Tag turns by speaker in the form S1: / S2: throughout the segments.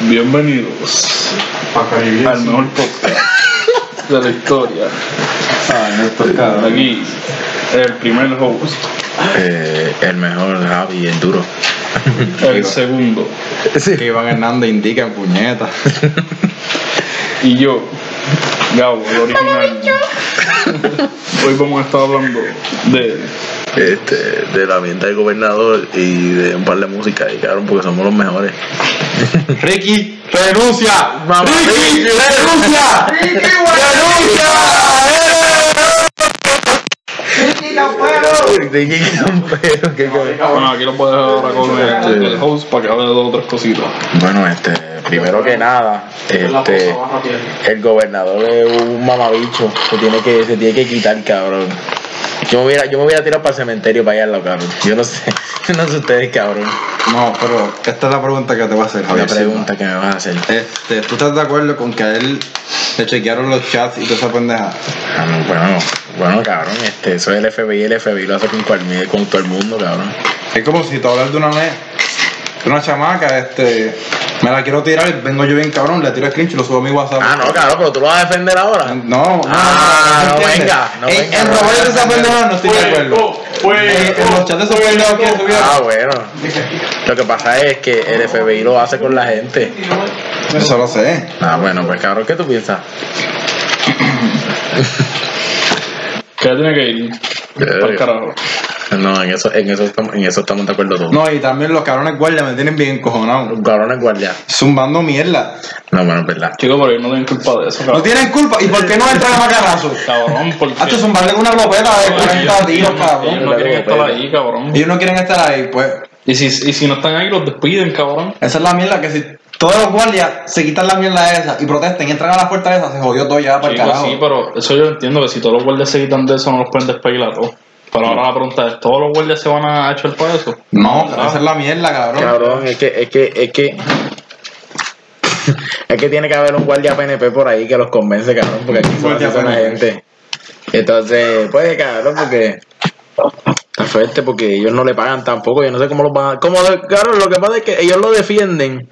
S1: Bienvenidos al mejor podcast de la historia.
S2: Ah, no esto es cabrón.
S1: Aquí, el primer host,
S3: Eh, el mejor Javi, el duro.
S1: el segundo
S2: Que Iván Hernández indica puñetas.
S1: y yo, Gabo, el original. Hoy vamos a estar hablando de.
S3: Este, de la venta del gobernador y de un par de música y cabrón porque somos los mejores.
S2: Ricky, renuncia.
S3: Mamá, Ricky,
S2: renuncia. Ricky, renuncia.
S3: ¿De qué son peros? ¿Qué cabrón?
S1: Bueno, aquí los voy a dejar ahora con el, el host para que hable de dos o tres cositas.
S3: Bueno, este, primero que nada, este, el gobernador es un mamabicho, se tiene que, se tiene que quitar, cabrón. Yo me hubiera, yo me hubiera tirado para el cementerio para allá, cabrón. Yo no sé, yo no sé ustedes, cabrón.
S2: No, pero esta es la pregunta que te voy a hacer,
S3: La
S2: Javier.
S3: pregunta que me vas a hacer.
S2: Este, ¿tú estás de acuerdo con que a él le chequearon los chats y toda esa pendeja?
S3: Ah, no, Bueno, bueno, cabrón, este, eso es el FBI, el FBI lo hace con, cual- con todo el mundo, cabrón.
S2: Es como si te hablas de una ne- de una chamaca, este, me la quiero tirar, vengo yo bien cabrón, le tiro el screenshot y lo subo a mi WhatsApp.
S3: Ah, no, cabrón, pero tú lo vas a defender ahora.
S2: No,
S3: Ah, no,
S2: ¿entiendes?
S3: venga, no,
S2: en,
S3: venga,
S2: en
S3: no,
S2: Roberto
S3: venga.
S2: esa pendeja no estoy de acuerdo. Eh, En, en los chats de esos videos que subieron.
S3: Ah, bueno. Lo que pasa es que el FBI lo hace con la gente.
S2: Eso lo sé.
S3: Ah, bueno, pues cabrón, ¿qué tú piensas?
S1: Que ya tiene que ir. Para el carajo.
S3: No, en eso, en eso estamos, en eso estamos de acuerdo todos.
S2: No, y también los cabrones guardias me tienen bien encojonado.
S3: Los cabrones guardia.
S2: Zumbando mierda.
S3: No, bueno, es verdad.
S1: Chicos, pero yo no tengo culpa de eso,
S2: No Ah,
S1: cabrón.
S2: tienen culpa. ¿Y por qué no entran a macarazo?
S1: Cabrón, porque.
S2: Hacho, zumbarle con una glopeta de 40 tiros,
S1: Ellos
S2: cabrón.
S1: no quieren estar ahí, cabrón.
S2: Ellos no quieren estar ahí, pues.
S1: Y si, y si no están ahí, los despiden, cabrón.
S2: Esa es la mierda que si todos los guardias se quitan la mierda esa y protesten y entran a la puerta esa, se jodió todo ya para el
S1: Chico,
S2: carajo.
S1: sí, pues. pero eso yo entiendo que si todos los guardias se quitan de eso, no los pueden despedir a todos. Pero ahora la pregunta es: ¿todos los guardias se van a echar para eso?
S2: No, esa es la mierda, cabrón.
S3: Cabrón, es que, es que, es que. Es que tiene que haber un guardia PNP por ahí que los convence, cabrón, porque aquí son
S2: Guardia
S3: así con la
S2: PNP.
S3: gente. Entonces, pues, cabrón, porque. Está fuerte porque ellos no le pagan tampoco. Yo no sé cómo los van a. Como, cabrón, lo que pasa es que ellos lo defienden,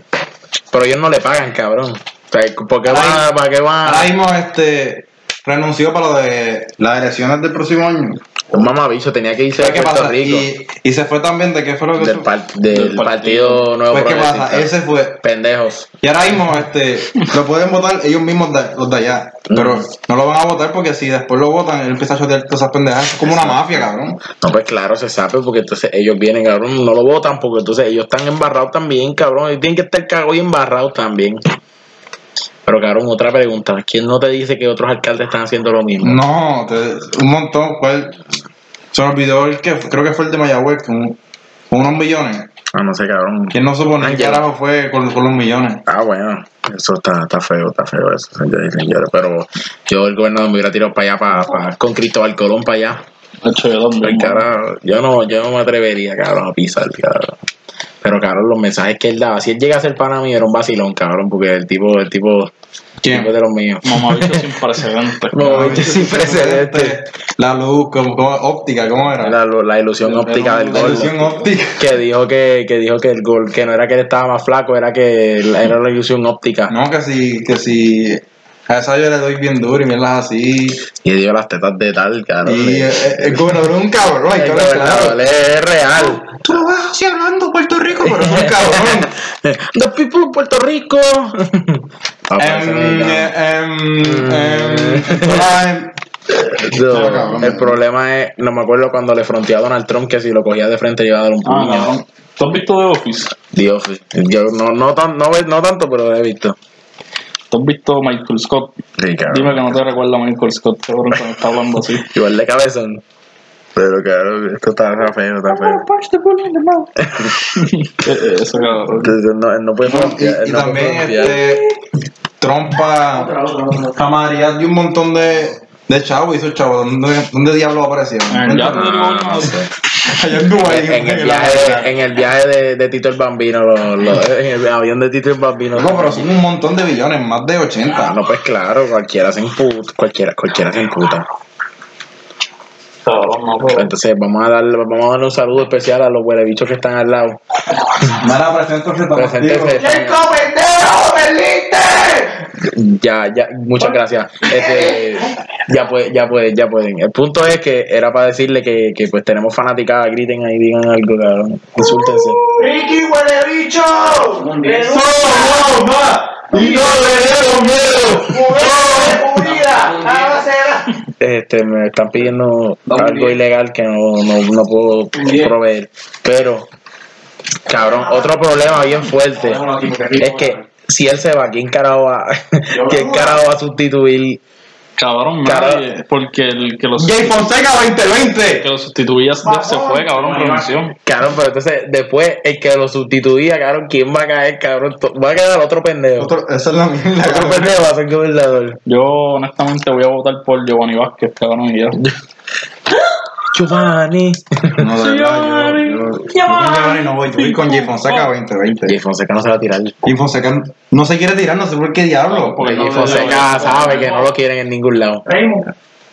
S3: pero ellos no le pagan, cabrón. O sea, ¿por qué van a.? ¿Para qué van
S2: Ahora
S3: a.?
S2: mismo este renunció para lo de las elecciones del próximo año.
S3: Un mamabicho tenía que irse de
S2: ¿Qué
S3: Puerto
S2: pasa?
S3: Rico.
S2: Y, y se fue también de qué fue lo que
S3: Del,
S2: su-
S3: par- del
S1: Del partido.
S3: partido nuevo.
S2: Pues, ¿qué pasa?
S3: Progresista.
S2: Ese fue.
S3: Pendejos.
S2: Y ahora mismo este lo pueden votar ellos mismos de- los de allá. Pero no lo van a votar porque si después lo votan, él empieza a chotear todas esas pendejadas. Es como una mafia, cabrón.
S3: No, pues claro, se sabe, porque entonces ellos vienen, cabrón, no lo votan, porque entonces ellos están embarrados también, cabrón, y tienen que estar cagados y embarrados también. Pero, cabrón, otra pregunta, ¿quién no te dice que otros alcaldes están haciendo lo mismo?
S2: No, te- un montón. ¿cuál? Se me olvidó el que creo que fue el de Mayagüez con, con unos millones.
S3: Ah, no sé, cabrón.
S2: ¿Quién no supo ni
S3: Ay,
S2: qué
S3: ya.
S2: carajo fue con, con los millones?
S3: Ah, bueno, eso está, está feo, está feo eso, señores y señores, pero yo el gobernador me hubiera tirado para allá, para, para- con Cristóbal Colón para allá.
S1: De hecho, yo
S3: Pues,
S1: también. mano.
S3: cabrón, yo no, yo no me atrevería, cabrón, a pisar, cabrón. Pero, cabrón, los mensajes que él daba, si él llega a ser pana mío, era un vacilón, cabrón, porque el tipo, el tipo, el tipo
S2: ¿Quién?
S3: de los míos.
S1: Mamabicho sin precedentes.
S3: No, bicho sin precedentes.
S2: La luz, como, como óptica, ¿cómo era?
S3: La, la ilusión óptica del
S2: La
S3: gol.
S2: ilusión óptica.
S3: Que dijo que, que dijo que el gol, que no era que él estaba más flaco, era que él- era la ilusión óptica.
S2: No, que si, que si a esa yo le doy bien duro y mierdas así.
S3: Y dio las tetas de tal, cabrón.
S2: Y
S3: El
S2: eh, eh, el gobernador es un cabrón, hay que hablar
S3: gobernador
S2: claro.
S3: es real.
S2: Tú lo ves así hablando Puerto Rico, pero es un cabrón.
S3: The people of Puerto Rico. Ah, pues,
S2: Em,
S3: mira. Mm.
S2: em, em, em.
S3: No,
S2: cabrón.
S3: el problema es, no me acuerdo cuando le fronteé a Donald Trump que si lo cogía de frente le iba a dar un
S1: Ah,
S3: puño.
S1: cabrón. ¿Tú has visto The Office?
S3: Dios, yo no, no, tan- no, ve- no tanto, pero lo he visto.
S1: ¿Tú has visto Michael Scott?
S3: Sí, cabrón.
S1: Dime que no te recuerda a Michael Scott, cabrón, cuando está hablando así.
S3: Igual de cabezón. Pero claro, esto está está feo, está feo.
S1: Eh, Eso, cabrón.
S3: Entonces, él no, él no puede
S2: Y,
S3: confiar.
S2: y
S3: él no puede
S2: también
S3: confiar.
S2: este, trompa a María de un montón de, de chavos y esos chavos. ¿Dónde, dónde diablos aparecieron?
S1: Ya te
S3: No,
S1: digo,
S3: no, no
S1: no.
S3: sé.
S2: Allá en Dubái.
S3: En el viaje, de, en el viaje de, de Tito el Bambino, lo- lo- en el avión de Tito el Bambino.
S2: Loco, pero son un montón de billones, más de 80.
S3: Ah, no, pues claro, cualquiera se imputa, cualquiera, cualquiera se imputa.
S1: Cabrón, no,
S2: Oh.
S1: pero.
S3: Entonces vamos a darle, vamos a darle un saludo especial a los huelebichos que están al lado.
S2: Mala presento que estamos
S3: Preséntese.
S2: activos.
S3: Ya, ya, muchas gracias. Este, ya pueden, ya pueden, ya pueden. El punto es que era para decirle que, que pues tenemos fanaticada, griten ahí, digan algo, cabrón. Insúltense.
S2: ¡Somos más! ¡Y no le demos miedo!
S3: Este, me están pidiendo algo ilegal que no, no, no puedo proveer. Pero, cabrón, otro problema bien fuerte es que si él se va, ¿quién carajo va, ¿quién carajo va a sustituir?
S1: Cabrón,
S3: Cara-
S1: nadie, porque el que lo,
S2: ¡Jay
S1: sustitu-
S2: Fonseca 2020!
S1: que lo sustituía se se fue, cabrón, promoción.
S3: Cabrón, pero entonces después el que lo sustituía, cabrón, ¿quién va a caer, cabrón? To- Va a quedar otro pendejo. Otro,
S2: Otro- Esa es la mierda. cabrón.
S3: pendejo va a ser gobernador.
S1: Yo, honestamente, voy a votar por Giovanni Vázquez, cabrón, y ya.
S3: Giovanni.
S2: No, de verdad, yo- yo- yo con Giovanni no voy, yo voy con Jay Fonseca 2020.
S3: Jay Fonseca no se va a tirar.
S2: Jay Fonseca no se quiere tirar, no sé por qué diablo.
S1: Porque no
S3: Jay
S1: le-
S3: Fonseca sabe que no lo quieren en ningún lado.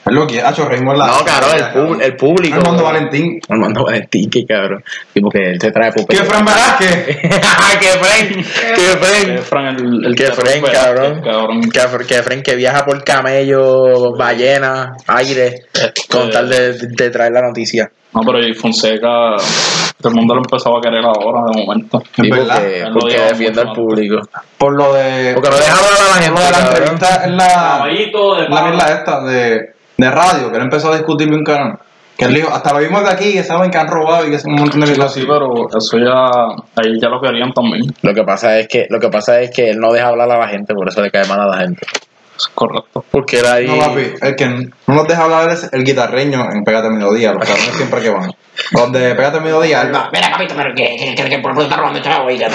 S2: Es lo que ha hecho Raymond la.
S3: No, cabrón, el, pub- el público.
S2: Armando Valentín.
S3: Armando Valentín, qué cabrón. Tipo que él se trae
S2: ¿Qué
S3: pupeta.
S2: Fran Velázquez?
S3: ¡Qué Fren!
S1: Que
S3: ¡Qué Fren!
S1: Fran, el, el
S3: Que
S1: que
S3: Fren,
S1: rompe,
S3: cabrón.
S1: cabrón.
S3: Que, Fr- que Fren que viaja por camello, ballena, aire, con tal de, de traer la noticia.
S1: Eh, No, pero y Fonseca, todo el mundo lo empezaba a querer ahora, de momento.
S2: Es
S3: Tipo
S2: verdad.
S3: que-
S1: Él lo
S3: porque
S1: lleva
S3: defiende
S1: mucho
S3: al
S1: más.
S3: público.
S2: Por lo de.
S3: Porque no deja hablar
S2: Por
S3: a la gente.
S2: lo de la
S3: cabrón.
S2: entrevista en la.
S4: Caballito de
S2: La
S4: palo.
S2: mierda esta de, de radio, que él empezó a discutir bien cabrón. Que él dijo, hasta lo vimos de aquí, que saben que han robado y que son un montón de cosas
S1: Sí, pero eso ya, ahí ya lo querían también,
S3: Lo que pasa es que, lo que pasa es que él no deja hablar a la gente, por eso le cae mal a la gente.
S1: es correcto.
S3: Porque él ahí.
S2: No, papi, el que no nos deja hablar es el guitarreño en Pégate Melodía, los cabrones siempre que van. Los de Pégate Melodía, él va,
S5: Mira, capito, pero que, que, que, que por favor, está robando chavo, oiga.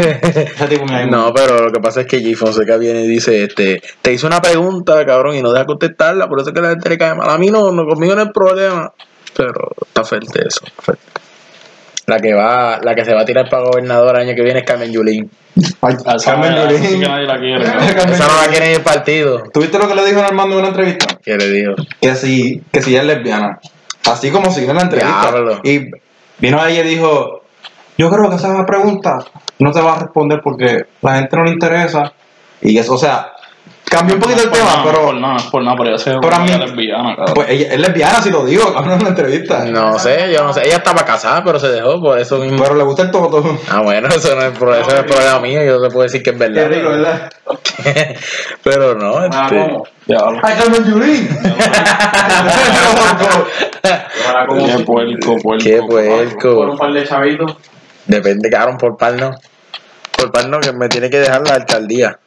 S2: ese tipo me
S3: No, pero lo que pasa es que G. Fonseca viene y dice, este, te hizo una pregunta, cabrón, y no deja contestarla, por eso es que la gente le cae mal. A mí no, no conmigo no es problema. Pero está fuerte eso, está fuerte. La que va, la que se va a tirar para gobernador el año que viene es Carmen Yulín.
S2: Ay,
S1: A Ah, esa-
S2: Carmen
S1: a esa sí
S2: Yulín.
S1: que nadie la quiere. cabrón.
S2: Carmen
S3: Esa no la
S2: Yulín.
S3: quiere en el partido.
S2: ¿Tuviste lo que le dijo a Armando en una entrevista?
S3: Que le digo.
S2: que si, que si ella es lesbiana. Así como siguió en la entrevista.
S3: Diablo.
S2: Y vino ella y dijo, yo creo que esa pregunta no te va a responder porque la gente no le interesa. Y eso, o sea, cambió un poquito el
S1: No es por
S2: tema,
S1: nada, no es por
S2: pero
S1: nada, no es por nada, pero ya se
S2: Pero a mí-
S1: ella es lesbiana, cabrón.
S2: pues ella es lesbiana, si lo digo, cabrón, en la entrevista.
S3: No sé, yo no sé. Ella estaba casada, pero se dejó por eso mismo.
S2: Pero le gusta el toto.
S3: Ah, bueno, eso no es, pro- eso no es problema mío, yo te puedo decir que es verdad.
S2: Qué rico, ¿verdad?
S3: pero
S4: Ah,
S3: no, este,
S1: Ya, hablo.
S2: ¡Ay, Carmen Yulín!
S4: Ahora como
S1: Qué puerco, puerco.
S3: qué
S4: por
S3: puerco.
S4: un par de chavitos.
S3: Depende, cabrón, por par no. Por par no, que me tiene que dejar la alcaldía.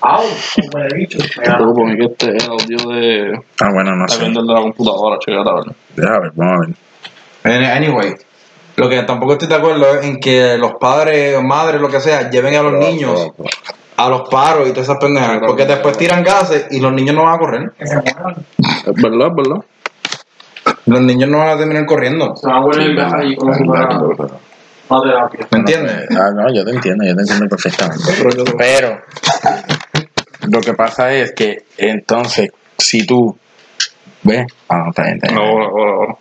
S4: ¡Au! Como he dicho. Mira,
S1: Yo supongo que este es el audio de...
S3: Ah, bueno, no
S1: Está
S3: sé.
S1: viendo el de la computadora, chica, a ver.
S3: Déjame ver, vamos a ver.
S2: Anyway, lo que tampoco estoy de acuerdo es en que los padres, madres, lo que sea, lleven a los niños a los paros y todas esas pendejas. Porque después tiran gases y los niños no van a correr.
S1: Es verdad, es verdad.
S2: Los niños no van a terminar corriendo.
S4: Se va a volver el viaje ahí como si fuera una terapia.
S2: ¿Me entiendes?
S3: Ah, no, yo te entiendo, yo te entiendo perfectamente. Pero lo que pasa es que entonces, si tú ves, ah, no, está bien, está bien.
S1: Ahora, ahora, ahora.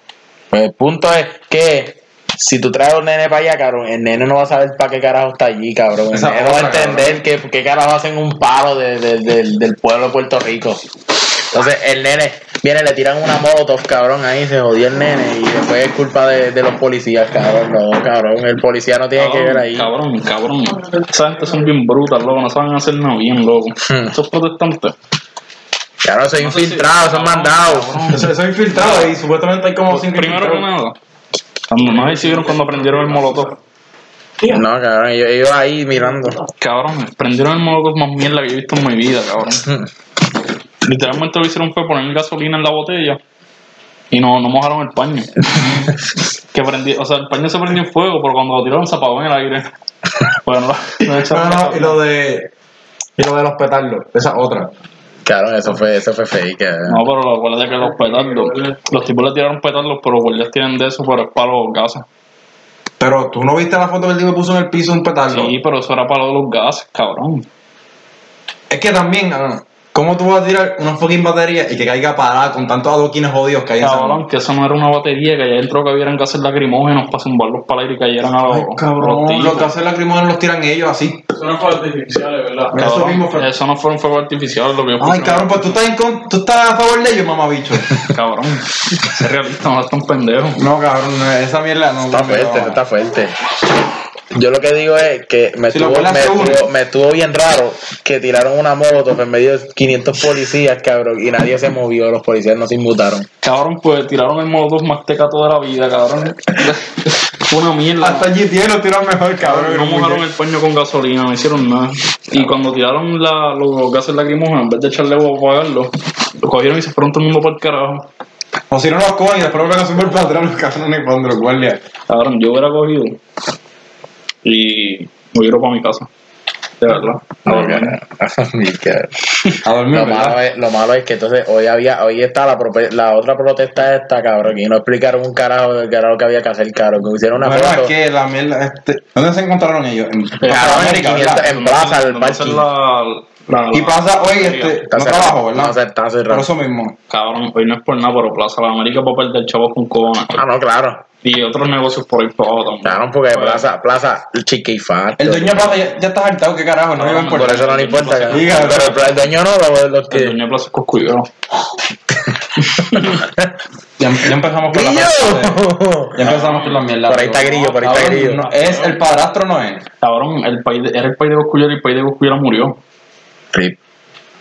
S3: Pues el punto es que si tú traes un nene para allá, cabrón, el nene no va a saber para qué carajo está allí, cabrón. El
S2: Esa
S3: nene no va a
S2: otra, cabrón.
S3: entender que, qué carajo hacen un paro de- de- del- del pueblo de Puerto Rico. Entonces el nene viene, le tiran una molotov, cabrón, ahí se jodió el nene y después es culpa de, de los policías, cabrón. No, cabrón, el policía no tiene que ver ahí.
S1: Cabrón, cabrón. Esa gente son bien brutas, loco. No saben hacer nada bien, loco.
S3: Hmm.
S1: Esos protestantes.
S3: Claro, son infiltrados, son mandados.
S2: Se son infiltrados y supuestamente hay como cinco
S1: Primero que
S2: infiltrados.
S1: nada, cuando nos hicieron cuando prendieron el molotov.
S3: No, cabrón, ellos, ellos ahí mirando.
S1: Cabrón, prendieron el molotov más mierda que yo he visto en mi vida, cabrón. Literalmente lo que hicieron fue poner gasolina en la botella y no, no mojaron el paño. que prendí, o sea, el paño se prendió en fuego, pero cuando lo tiraron se apagó en el aire. Bueno, no, no echaron
S2: No, no, no, y
S1: gasolina.
S2: lo de. Y lo de los petardos, esa es otra.
S3: Cabrón, eso fue, eso fue fake. cabrón.
S1: No, pero lo acuérdate que los petardos, los tipos le tiraron petardos, pero los guardias tienen de eso para los gases.
S2: Pero tú no viste la foto que el tipo puso en el piso un petardo.
S1: Sí, pero eso era para los gases, cabrón.
S2: Es que también, ah, ¿Cómo tú vas a tirar una fucking batería y que caiga parada con tantos adoquines jodidos que hay en San
S1: Cabrón, que eso no era una batería, que allá adentro que hubieran gases lacrimógenos para zumbarlos para el aire y cayeran a los.
S2: Ay,
S1: los
S2: cabrón,
S1: tiros.
S2: los gases lacrimógenos los tiran ellos así.
S4: Eso no fue artificial, de verdad.
S2: Mira, eso
S1: Cabrón,
S2: mismo fue-
S1: eso no fueron fuegos artificiales lo que yo
S2: Ay,
S1: escuché.
S2: cabrón, pues tú estás, en con- tú estás a favor de ellos, mamabicho.
S1: Cabrón, sé realista, no seas tan pendejo.
S2: No, cabrón, no, esa mierda no.
S3: Está fuerte,
S2: no.
S3: eso está fuerte. Yo lo que digo es que me,
S2: Si lo
S3: estuvo,
S2: pelas
S3: me,
S2: se une.
S3: estuvo, me estuvo bien raro que tiraron una molotov en medio de 500 policías, cabrón, y nadie se movió, los policías no se inmutaron.
S1: Cabrón, pues tiraron el molotov más teca toda la vida, cabrón. Fue una mierda.
S2: Hasta GT lo tiran mejor, cabrón.
S1: no mojaron el paño con gasolina, no hicieron nada. Y cuando tiraron la, los gases lacrimógenos, en vez de echarle agua para apagarlo, lo cogieron y se fueron todo el mundo para el carajo.
S2: O si no los cogen y después lo que súper para atrás los cabrones cuando los guardias.
S1: Cabrón, yo hubiera cogido y me hubiera ido para mi casa. De verdad.
S3: Mi cara.
S2: A dormir,
S3: Lo
S2: ¿verdad?
S3: malo, es, lo malo es que entonces hoy había, hoy está la, prope- la otra protesta esta, cabrón, y no explicaron un carajo de que era lo que había que hacer, cabrón, que hicieron una
S2: Bueno,
S3: foto.
S2: es que la mierda. Este, ¿Dónde se encontraron ellos? En
S3: Cabrón, en
S2: América,
S3: 500
S2: ¿verdad?
S3: en Plaza, el
S1: Entonces,
S3: parking.
S1: la- la-
S2: Y pasa hoy, este.
S3: Está
S2: No
S3: cerrado.
S2: trabajo, ¿verdad?
S3: No, está cerrado.
S2: Por eso mismo.
S1: Cabrón, hoy no es por nada, pero Plaza de América va a perder chavos con cojones.
S3: Ah, no, claro.
S1: Y otros negocios por ahí para abajo también.
S3: Claro, porque
S1: Pues,
S3: Plaza, Plaza, el Chiqui Factory.
S2: El dueño de Plaza ya, ya está hartado, ¿qué carajo? No
S1: Ah,
S2: iban por
S3: Por eso no le importa, cabrón.
S2: Diga,
S3: Pero el dueño no, los- los
S1: El
S3: que.
S1: dueño de Plaza pues, es coscullero.
S2: Ya, ya empezamos con la
S3: ¡Grillo!
S2: mierda. Ya empezamos con la mierda.
S3: Por ahí está Grillo, por ahí está
S2: Cabrón,
S3: Grillo.
S2: no, es el padrastro, no es.
S1: Cabrón, el país de- era el país de Coscullero y el país de Coscullero murió.
S3: Rip.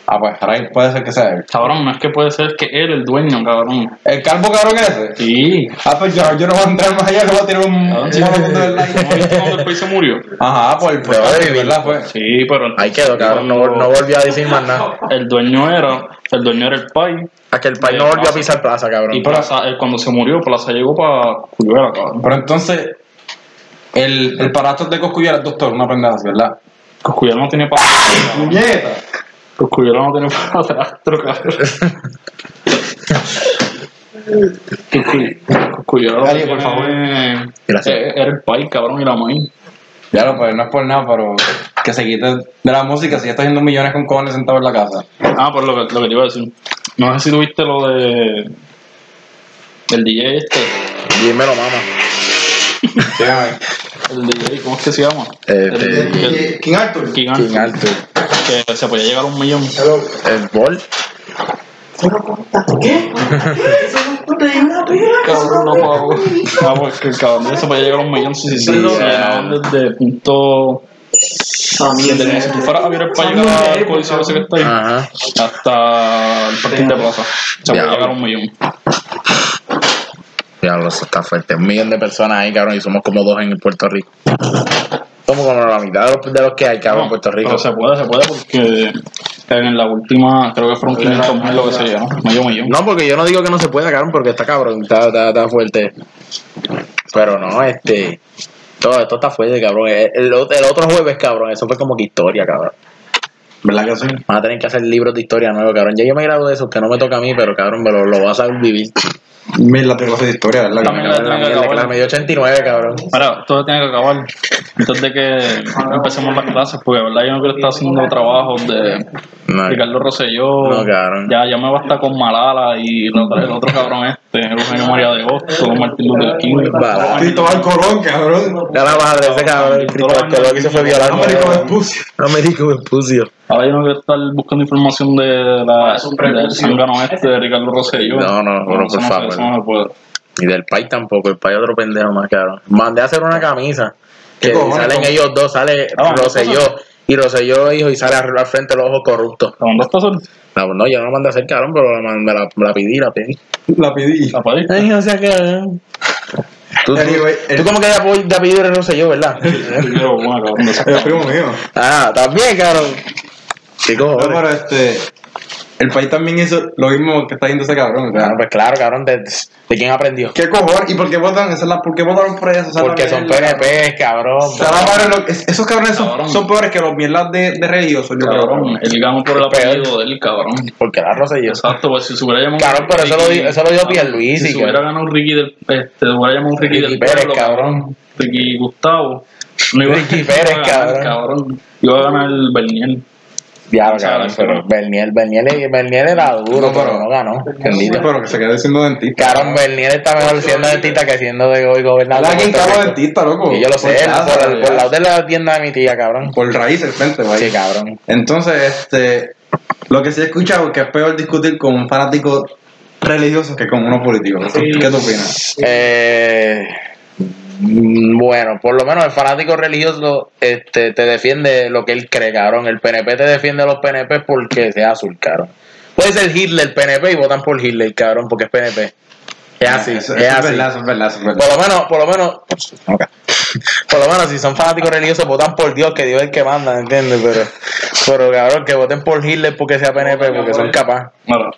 S2: Ah, pues por ahí puede ser que sea él.
S1: Cabrón, no es que puede ser que él, el dueño, cabrón.
S2: El calvo cabrón ese.
S1: Sí.
S2: Ah, pues yo, yo no voy a entrar más allá, le voy a tirar un
S1: Cabrón,
S2: un
S1: sí.
S2: malocondo del
S1: ¿No
S2: like.
S1: viste cuando el país se murió?
S2: Ajá, por el
S3: Pero
S2: portátil,
S3: ahí vi-
S2: ¿verdad? Pues. Fue.
S1: Pues, Sí, pero
S3: Ahí quedó, cabrón. No, no volvió a decir más nada.
S1: el dueño era, el dueño era el país.
S3: A que el país no volvió a pisar plaza, cabrón.
S1: Y Plaza, él cuando se murió, Plaza llegó para Coscullera, cabrón.
S2: Pero entonces, el, el padrastro de Coscuya era el doctor, una pendeja, así, ¿verdad?
S1: Coscullero no tiene para atrás.
S2: ¡Puñeta!
S1: Coscullero no tiene para atrás, cabrón. Coscu- Coscullero lo que
S2: Dale, por
S1: tiene-
S2: favor.
S3: Gracias.
S1: eh, Era el país, cabrón, y la maíz.
S2: Ya lo, pues no es por nada, pero que se quite de la música si ya está haciendo millones con cojones sentado en la casa.
S1: Ah, pues lo que, lo que te iba a decir. No sé si tuviste lo de. El DJ este.
S3: Dímelo, mamá.
S1: El DJ, ¿cómo es que se llama?
S3: Este,
S2: eh,
S1: el, el-
S2: ¿Quién Arthur?
S1: King
S3: King
S1: Arthur,
S3: Arthur.
S1: Que se podía llegar a un millón.
S3: El Ball.
S1: Cabrón, no pago. Ah, porque el cabrón se podía llegar a un millón. Sí, sí, sí.
S3: Perdón.
S1: se llenaban desde punto.
S3: Ah,
S1: Desde si tú fueras a ver el país al coliseo ese que está ahí.
S3: Ajá.
S1: Hasta el parking de plaza. Se podía
S3: Ya.
S1: llegar a un millón.
S3: Diablo, eso está fuerte. Un millón de personas ahí, cabrón, y somos como dos en Puerto Rico. Somos como la mitad de los, de los que hay, cabrón, en Puerto Rico.
S1: Pero se puede, se puede porque. En la última, creo que fueron 500 mil lo que se llenó. Medio millón.
S3: No, porque yo no digo que no se pueda, cabrón, porque está cabrón, está, está, está fuerte. Pero no, este. Todo esto está fuerte, cabrón. El, el ot- el otro jueves, cabrón, eso fue como que historia, cabrón.
S2: ¿Verdad que sí?
S3: Van a tener que hacer libros de historia nuevos, cabrón. Ya yo me gradué de eso, que no me toca a mí, pero cabrón, me lo, lo vas a vivir.
S2: Mira, te clase de historia, ¿verdad?
S1: También
S2: Que
S1: la-
S2: me
S3: La mierda, que la me dio 89, cabrón.
S1: Mira, todo tiene que acabar antes de que empecemos las clases, porque de verdad yo no quiero estar haciendo trabajos de
S3: No,
S1: Ricardo Rosselló.
S3: No, cabrón.
S1: Ya, ya me basta con Malala y el otro, el otro cabrón este, Eugenio María de Agosto, Martín Luther King.
S3: Vale.
S2: Cristóbal Colón, cabrón.
S3: Ya la vas a ese cabrón, Cristóbal Colón, que se fue violado.
S2: Américo Vespucio.
S3: Américo Vespucio.
S1: Ahora yo no quiero estar buscando información de la del zángano este de Ricardo Rosselló.
S3: No, no, bueno,
S1: Eso
S3: por
S1: no se-
S3: favor.
S1: eso no se puede.
S3: Y del país tampoco, el país otro pendejo más caro. Mandé a hacer una camisa.
S2: ¿Qué
S3: Que
S2: cojones,
S3: salen
S2: cómo?
S3: ellos dos, sale
S1: Ah,
S3: Roselló. Y Roselló hijo y sale al al frente los ojos corruptos.
S1: ¿Dónde estás? Sol?
S3: No, pues no, yo no la mandé a hacer cabrón, pero la, man- me la, me la pedí, la pedí.
S2: La pedí.
S1: ¿La pediste?
S3: Ay, o sea que. eh. Tú, tú,
S2: Anyway,
S3: tú
S2: el-
S3: como que de apoyo- de apellido eres Roselló, ¿verdad?
S1: Pero bueno, cabrón, de
S2: El primo mío.
S3: ah, también, cabrón. ¿Qué
S2: No,
S3: cojones?
S2: pero este. El país también hizo lo mismo que está haciendo ese cabrón. o sea,
S3: Ah, pues claro, cabrón, ¿de, de quién aprendió?
S2: ¿Qué cojones? ¿Y por qué votan? Esa es la- ¿Por qué votaron por eso? Esa es la
S3: Porque son
S2: mierda.
S3: PNP, cabrón.
S2: Esa es la madre de lo- es- esos cabrones son,
S1: Cabrón.
S2: son peores que los mierdas de, de religiosos, yo creo.
S1: Cabrón, él ganó por el
S3: Pues,
S1: apellido del cabrón.
S3: Porque la Roselló.
S1: Exacto, pues si se hubiera llamado.
S3: Cabrón, pero eso lo di- eso lo dio Pierluisi,
S1: Si se
S3: que-
S1: hubiera ganado Ricky del. Este, hubiera llamado Ricky,
S3: Ricky
S1: del.
S3: Pérez,
S1: Pueblo,
S3: cabrón.
S1: Ricky Gustavo. No
S3: Ricky
S1: no
S3: Pérez,
S1: iba a ganar,
S3: cabrón.
S1: cabrón. Iba a ganar el Bernier.
S3: Diablo, cabrón, pero Bernier, Bernier, Bernier era duro,
S2: No, pero-
S3: pero no ganó.
S2: Sí,
S3: ¿Entendiste?
S2: pero que se quede siendo dentista.
S3: Cabrón, Bernier está mejor siendo dentista que siendo de go- gobernador.
S2: Alguien
S3: de Puerto
S2: cago
S3: Rico.
S2: dentista, loco.
S3: Y yo lo sé, él,
S2: casa,
S3: por, el- por
S2: ya.
S3: la de la tienda de mi tía, cabrón.
S2: Por raíces, frente, güey.
S3: Sí, cabrón.
S2: Entonces, este, lo que sí he escuchado es que es peor discutir con un fanático religioso que con uno político. ¿Qué tú opinas?
S3: Eh, mm, bueno, por lo menos el fanático religioso este, te defiende lo que él cree, cabrón. El PNP te defiende a los PNP porque sea azul, cabrón. Puede ser Hitler, PNP, y votan por Hitler, cabrón, porque es PNP. Es así,
S2: Ah, Eso-
S3: es
S2: eso
S3: así.
S2: verdad, eso es verdad, eso es verdad.
S3: Por lo menos, por lo menos, ok. por lo menos si son fanáticos religiosos votan por Dios, que Dios es el que manda, ¿entiendes? Pero, pero cabrón, que voten por Hitler porque sea PNP, porque son capaces.
S1: Mira,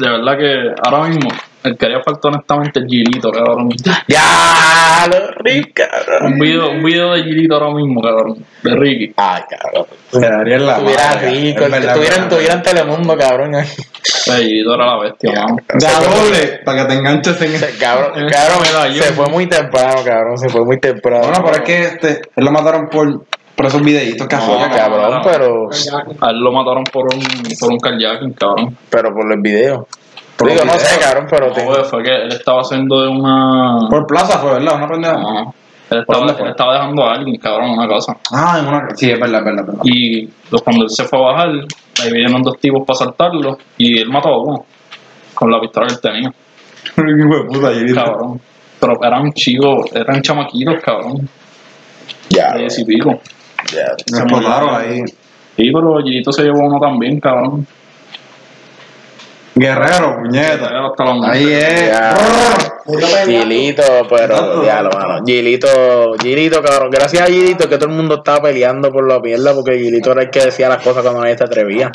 S1: de verdad que ahora mismo, el que haría falta honestamente es Gilito, cabrón.
S3: Ya, lo rico, cabrón.
S1: Un video, un video de Gilito ahora mismo, cabrón. De Ricky.
S3: Ay, cabrón.
S2: Se daría en la
S3: Pues, Estuviera
S2: madre,
S3: rico,
S2: es verdad,
S3: estuviera,
S2: es
S3: estuviera en Telemundo, cabrón. ahí.
S1: Ey, Gilito era la bestia, mano.
S2: verdad. De a doble, para que te enganches en
S3: Se- Cabrón, cabrón,
S1: Medallón.
S3: se fue muy temprano, cabrón, se fue muy temprano.
S2: Bueno, pero es que este, él lo mataron por, por esos videitos que
S3: No,
S2: hacía. cabrón.
S3: cabrón, pero,
S1: A él lo mataron por un, por un carjacking, cabrón.
S3: pero por los videos. Digo, no sé, cabrón, pero
S1: No,
S3: tengo-
S1: güey, fue que él estaba haciendo de una.
S2: Por plaza fue, ¿verdad? Una pendeja.
S1: No, él
S2: ¿Por
S1: estaba,
S2: dónde fue?
S1: él estaba dejando a alguien, cabrón, una cosa.
S2: Ah, en una. Sí, es verdad, es verdad. es verdad.
S1: Y lo- cuando él se fue a bajar, ahí vinieron dos tipos para saltarlo y él mató a uno con la pistola que él tenía,
S2: Hijo de puta, yo dije,
S1: cabrón. Pero eran chicos, eran chamaquitos, cabrón,
S2: Ah,
S3: Ya,
S1: de diez y pico.
S3: ya.
S2: Me explotaron ahí.
S1: Sí, pero Gillito se llevó uno también, cabrón.
S2: Guerrero, puñeta.
S1: Hasta los
S2: Ahí es.
S3: Ya. Gilito, pero
S2: Exacto.
S3: diablo, mano. Gilito, Gilito, cabrón. Gracias a Gilito que todo el mundo estaba peleando por la mierda porque Gilito era el que decía las cosas cuando nadie se atrevía.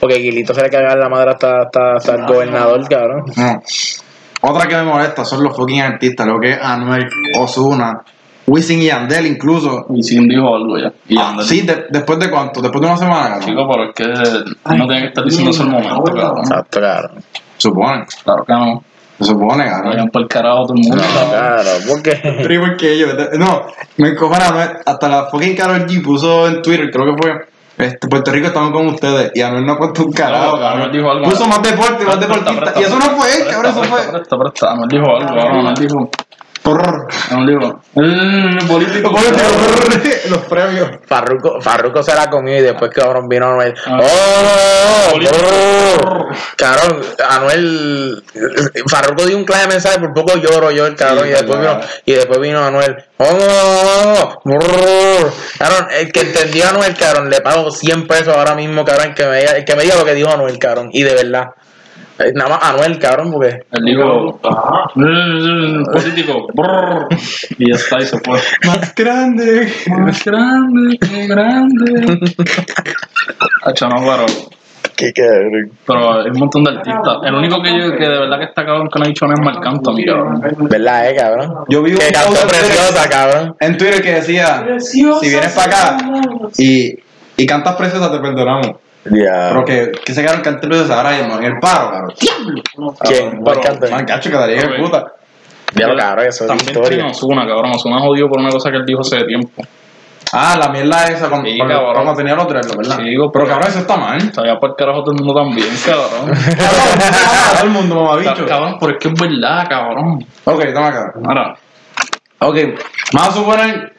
S3: Porque Gilito se le cagaba la madre hasta, hasta, hasta el gobernador, cabrón.
S2: No. Otra que me molesta son los fucking artistas, lo que es Anuel, Ozuna, Wisin y Yandel incluso.
S1: Y Sin dijo algo ya. Y
S2: Ah,
S1: Ander,
S2: sí, de- después de cuánto, después de una semana, ¿no?
S1: chico, pero es que no tiene que estar diciendo eso el
S2: Ah,
S1: momento, cabrón.
S3: Exacto, cabrón.
S2: supone,
S1: Claro que no.
S2: se supone, cabrón.
S1: Vayan por el carajo todo el mundo,
S3: No,
S1: cabrón.
S3: claro, porque.
S2: Pero igual que ellos, ¿verdad? no, me encojona, Anuel, hasta la fucking Carol G puso en Twitter, creo que fue, este, Puerto Rico estamos con ustedes, y Anuel no ha puesto un carajo,
S1: No,
S2: cabrón.
S1: Anuel dijo algo,
S2: puso
S1: ¿no?
S2: más deporte, más deportista, y eso no fue él, cabrón, eso fue. Ah.
S1: Presta, presta, Anuel dijo algo, cabrón. Anuel dijo.
S2: Prrr.
S1: Anuel dijo. "Mm, político.
S2: Los premios, Los premios.
S3: Farruco, Farruco se la comió y después que cabrón vino Anuel.
S1: Ah.
S3: ¡Oh!
S1: Bolívar.
S3: ¡Oh! Cabrón, Anuel. Farruco dio un clave mensaje, por poco lloro yo el cabrón.
S2: Sí,
S3: y, después
S2: verdad.
S3: vino, y después vino Anuel. ¡Oh! oh, oh, oh! Cabrón, el que entendió a Anuel, cabrón, le pago 100 pesos ahora mismo, cabrón, el que me, diga- el que me diga lo que dijo Anuel, cabrón. Y de verdad. Eh, Nada más Anuel, cabrón, porque.
S1: Él dijo, "Mm, político, brrr", y ya está, y se fue.
S2: Más grande.
S1: Más grande, qué grande. Hacho, no, Ah, pero,
S3: ¿Qué cabrón?
S1: pero hay un montón de artistas. El único que yo, que de verdad que está cabrón que no ha dicho nada es Marc Anthony, cabrón.
S3: ¿Verdad, eh, cabrón?
S2: Yo vi un
S3: Que
S2: post
S3: cantó
S2: en Twitter-
S3: preciosa, cabrón.
S2: en Twitter que decía, si vienes para acá y, y cantas preciosa te perdonamos. Pero
S3: Ya.
S2: que, que se quedaron cantando preciosa ahora mismo en el paro, cabrón.
S3: ¿Quién?
S2: Pero,
S3: Marc Anthony.
S2: man, cacho, quedaría de
S1: Ok.
S2: puta.
S3: Ya lo cabrón, eso es
S1: También
S3: historia.
S1: tiene Ozuna, cabrón. Ozuna jodió por una cosa que él dijo hace tiempo.
S2: Ah, la mierda esa con,
S1: Sí,
S2: con-
S1: cabrón.
S2: cuando tenía los tres, ¿verdad?
S1: Sí, digo,
S2: pero
S1: pero-
S2: cabrón, eso está mal.
S1: Sabía por el carajo todo el mundo también, cabrón.
S2: Todo el mundo, mamabicho.
S1: Cabrón, pero es que es verdad, cabrón.
S2: Ok, toma acá.
S1: Ahora,
S2: Ok, vamos a suponer.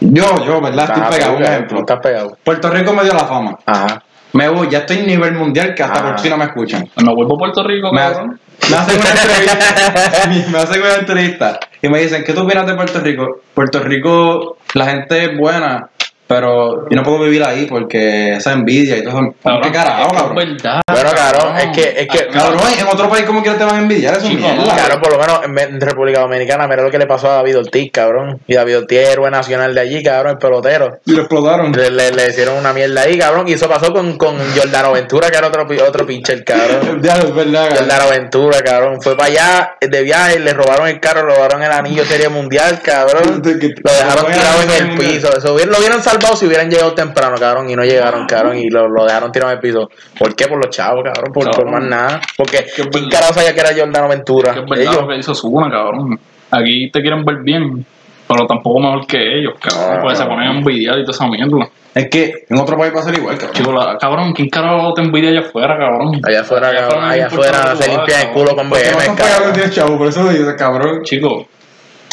S2: Yo, yo, ¿verdad?
S3: Estás
S2: Estoy pegado, un
S3: pegado,
S2: ejemplo.
S3: Estás pegado.
S2: Puerto Rico me dio la fama.
S3: Ajá.
S2: Me voy, ya estoy en nivel mundial que hasta
S3: Ah.
S2: por China me escuchan.
S1: me vuelvo a Puerto Rico,
S2: Me,
S1: cabrón.
S2: me hacen una entrevista. me hacen una entrevista y me dicen, ¿qué tú opinas de Puerto Rico? Puerto Rico, la gente es buena, pero yo no puedo vivir ahí porque esa envidia y todo eso. ¿Qué carajo,
S1: Es
S2: cabrón?
S1: verdad.
S3: Bueno, cabrón, es que, es que,
S2: ah, Cabrón, en otro país como quieres te van a envidiar, eso es
S1: Chico,
S2: mierda.
S3: cabrón, por lo menos en en República Dominicana, mira lo que le pasó a David Ortiz, cabrón. Y David Ortiz es héroe nacional de allí, cabrón, el pelotero.
S2: Y lo explotaron.
S3: Le, le, le hicieron una mierda ahí, cabrón. Y eso pasó con, con Jordano Ventura, que era otro, pi- otro pitcher, cabrón.
S2: Ya, es verdad, cabrón.
S3: Jordano Ventura, cabrón. Fue para allá de viaje, le robaron el carro, le robaron el anillo serie mundial, cabrón. Lo dejaron tirado en el piso. Eso hubiera- lo hubieran salvado si hubieran llegado temprano, cabrón. Y no
S2: Ah.
S3: llegaron, cabrón. Y lo, lo dejaron tirado en el piso. ¿Por qué? Por los chavos, cabrón. Por, por
S1: Cabrón.
S3: más nada. Porque
S1: Qué
S3: ¿quién
S1: verdad.
S3: carajo sabía que era Jordano Ventura?
S1: Que es verdad
S3: Ellos.
S1: lo que hizo Osuna, cabrón. Aquí te quieren ver bien. Pero tampoco mejor que ellos, cabrón.
S3: Ah.
S1: Porque se ponen a envidiar y toda esa mierda.
S2: Es que en otro país va a ser igual, cabrón.
S1: Chico, la- cabrón, ¿quién carajo te envidia allá afuera, cabrón?
S3: Allá afuera,
S1: Allá
S3: cabrón,
S1: afuera no
S3: allá
S1: importa
S3: afuera
S1: dónde
S3: se
S1: tú vas,
S3: limpian el
S1: cabrón.
S3: culo con
S2: Porque no
S3: BM,
S2: están pagando
S3: cabrón.
S2: 10 chavos, por eso dices, cabrón.
S1: Chico,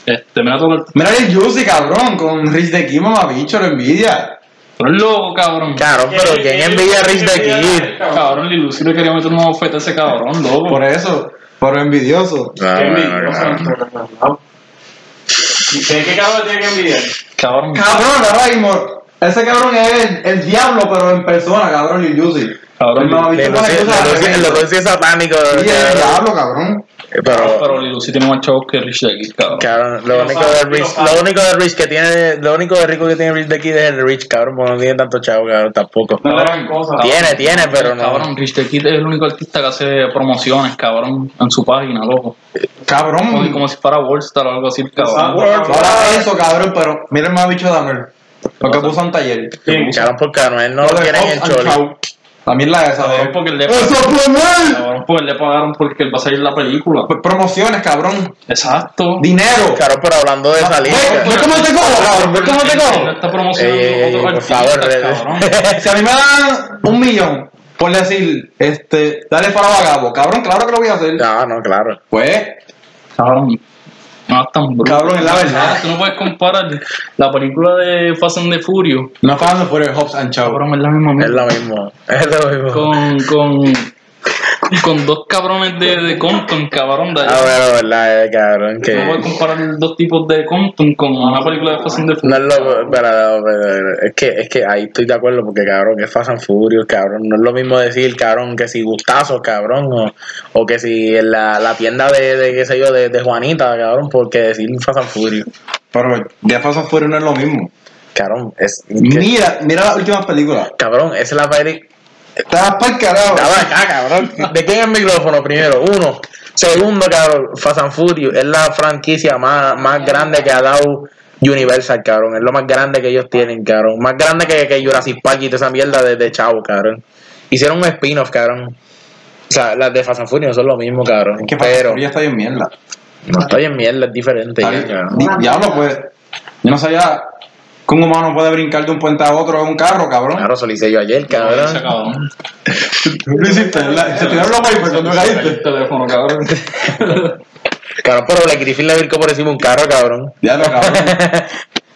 S1: este, mira todo el...
S2: Mira el Juicy, cabrón, con Rich de Kim, mamabicho, lo envidia.
S1: Tú eres loco, cabrón.
S3: Cabrón, pero ¿quién envidia a Rich de aquí?
S1: Cabrón, Lil Uzi le quería meter una bofeta a ese cabrón, loco.
S2: Por eso, por lo envidioso.
S3: Ah,
S4: Qué
S3: bueno,
S4: envidioso,
S3: cabrón.
S4: ¿no? ¿De qué cabrón tiene que envidiar?
S1: Cabrón.
S2: Cabrón, ahora mismo. Ese cabrón es el, el diablo, pero en persona, cabrón, Lil Juicy.
S1: Cabrón,
S2: El mamabicho
S3: Le
S2: pone
S3: Lucy-
S2: cosas
S3: le
S2: al
S3: Lucy-
S2: revés.
S3: le Lucy es satánico.
S2: Sí, es el
S3: cabrón.
S2: diablo, cabrón.
S3: Pero,
S1: Pero Lil Uzi tiene más chavos que Rich de aquí, cabrón.
S3: cabrón, lo único de Rich, lo único de Rich que tiene, lo único de rico que tiene Rich de aquí es el Rich, cabrón, porque no tiene tanto chavo, cabrón, tampoco.
S4: No le dan cosas.
S3: Tiene, tiene, pero no.
S1: Cabrón, Rich the Kid es el único artista que hace promociones, cabrón, en su página, loco. Como,
S3: Mm.
S2: Cabrón.
S1: como si fuera Worldstar o algo así,
S2: Ah,
S1: cabrón.
S2: No
S3: Ah.
S2: hagas eso, cabrón, pero mira el mamabicho de Dahmer. Porque puso un taller.
S3: Cabrón, porque Anuel no lo
S2: Brother,
S3: tiene en el
S2: Hobbs and
S3: choli.
S2: Shaw. También la de esa
S1: Cabrón,
S2: de.
S1: porque le,
S2: ¡Eso fue mal!
S1: cabrón, porque le pagaron porque él va a salir en la película.
S2: Pues Promociones, cabrón.
S1: Exacto.
S2: Dinero.
S3: Cabrón, pero hablando de
S2: ¿Ves
S3: esa liga.
S2: ves cómo te cojo, cabrón? ¿Ves cómo te
S1: Él
S2: cojo?
S1: Está promocionando
S3: Ey, ey, ey,
S1: otros
S3: por
S1: artistas,
S3: favor, redes.
S1: cabrón.
S2: Si a mí me dan un millón por decir, este, dale para vagabo, cabrón, claro que lo voy a hacer.
S3: No, no, claro.
S2: Pues,
S1: Cabrón. No es tan bruto.
S2: Cabrón, es la verdad.
S1: Tú no puedes comparar la película de Fast and the Furious,
S2: no pagando por el Hobbs and Chow.
S1: cabrón, es la misma
S3: Es
S1: mierda.
S3: lo mismo. Es lo mismo.
S1: Con, con, con dos cabrones de, de Compton, cabrón. De allá.
S3: Ah, bueno, verdad, eh, cabrón, que.
S1: No voy a comparar dos tipos de Compton con una película de Fast and the
S3: No
S1: Furious.
S3: es lo. Pero, es, que, es que ahí estoy de acuerdo, porque cabrón, que es Fast and Furious, cabrón. No es lo mismo decir, cabrón, que si gustazos, cabrón, o, o que si en la, la tienda de, de, qué sé yo, de, de Juanita, cabrón, porque decir Fast and Furious.
S2: Pero de Fast and Furious no es lo mismo.
S3: Cabrón, es. que-
S2: Mira, mira las últimas películas.
S3: cabrón, es la peli.
S2: Estás para el carajo.
S3: Estaba acá, cabrón. ¿De quién es el micrófono primero? Uno. Segundo, cabrón, Fast and Furious es la franquicia más, más grande que ha dado Universal, cabrón. Es lo más grande que ellos tienen, cabrón. Más grande que, que Jurassic Park y toda esa mierda de, de Chavo, cabrón. Hicieron un spin-off, cabrón. O sea, las de Fast and Furious son lo mismo, cabrón.
S2: Es que Fast and
S3: Pero
S2: Furious está bien mierda.
S3: no estoy en mierda, es diferente. ya,
S2: Está bien.
S3: cabrón.
S2: Di- Diablo, pues. Yo no sabía que un humano puede brincar de un puente a otro en un carro, cabrón.
S3: Claro, solicé yo ayer,
S1: Ese
S3: cabrón.
S1: cabrón.
S2: Lo hiciste, ¿verdad? Se tiraron los wipers cuando
S1: El teléfono, cabrón.
S3: Cabrón, pero Black Griffin le brincó por encima un carro, cabrón.
S2: Diablo, cabrón.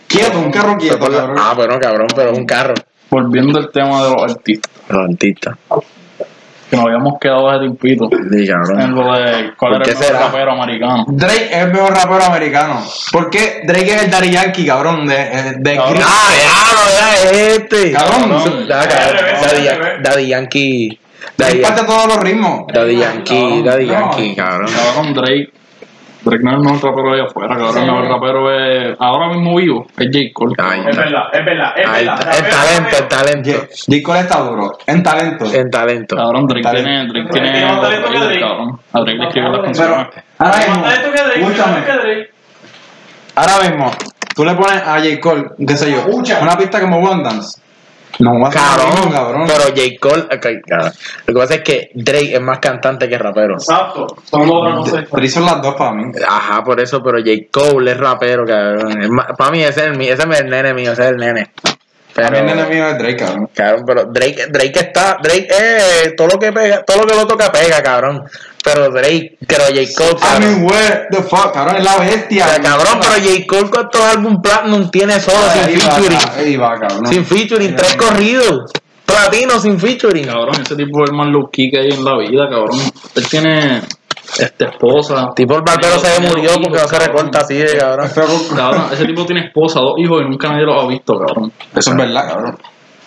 S2: Quieto, un carro quieto, cabrón.
S3: Ah, bueno, cabrón, pero es un carro.
S1: Volviendo al tema de los artistas,
S3: Los artistas.
S1: que nos habíamos quedado hace tiempito.
S3: Sí, cabrón.
S1: En lo de cuál
S3: ¿Por
S1: era
S3: qué
S1: el mejor
S3: será?
S1: rapero americano.
S2: Drake es el mejor rapero americano. ¿Por qué Drake es el Daddy Yankee, cabrón? De, de- de
S1: Cabrón.
S2: Gris-
S3: Ah, ya, ya, es este.
S2: Cabrón,
S3: Daddy, Daddy, Daddy Yankee. Daddy,
S2: Drake parte de todos los ritmos.
S3: Daddy Yankee, Daddy Yankee, cabrón.
S1: Cabrón, Drake. Drake no es el mejor rapero allá afuera, cabrón. El mejor rapero es. Ahora mismo vivo, es J. Cole.
S3: Ahí
S4: Es
S3: está.
S4: verdad, es verdad, es
S3: Ahí
S4: verdad.
S3: está. El talento, el talento.
S2: J. Cole está duro, en talento.
S3: El talento.
S1: Cabrón, Drake
S2: Talento.
S1: tiene. Drake
S4: Drake
S1: tiene.
S4: tiene más
S1: dos
S4: talento que
S1: raíces,
S4: Drake.
S1: cabrón. A Drake le escribió las
S2: Pero
S1: canciones.
S2: ahora
S4: Más talento que Drake,
S2: mismo,
S4: más talento
S2: escúchame,
S4: que Drake.
S2: ahora mismo, tú le pones a J. Cole, qué sé yo,
S4: Escucha.
S2: una pista como One Dance. No, va a ser lo mismo, cabrón.
S3: Cabrón, pero J. Cole, ok, cabrón. lo que pasa es que Drake es más cantante que rapero.
S4: Exacto. Son los otros
S2: Pero,
S4: conceptos.
S2: hizo las dos para mí.
S3: Ajá, por eso, pero J. Cole es rapero, cabrón. Es más- Para mí ese es el, mi- ese es el nene mío, ese es el nene. Pero-
S2: También el enemigo es Drake, cabrón.
S3: Cabrón, pero Drake, Drake está, Drake eh, todo lo que pega, todo lo que lo toca pega, cabrón. Pero Drake, pero J. Cole,
S2: I
S3: cabrón.
S2: mean, where the fuck, cabrón, es la bestia.
S3: O sea, cabrón, pero J. Cole cuántos álbum platinum tiene solo
S2: Ahí
S3: sin
S2: va,
S3: featuring.
S2: ahí va, cabrón.
S3: Sin featuring, tres corridos. Platino sin featuring.
S1: Cabrón, ese tipo es el más low key que hay en la vida, cabrón. Él tiene. Este, esposa.
S3: Tipo el barbero se murió porque no se recorta así de cabrón.
S1: Cabrón, ese tipo tiene esposa, dos hijos y nunca nadie los ha visto, cabrón.
S2: Eso es verdad, cabrón.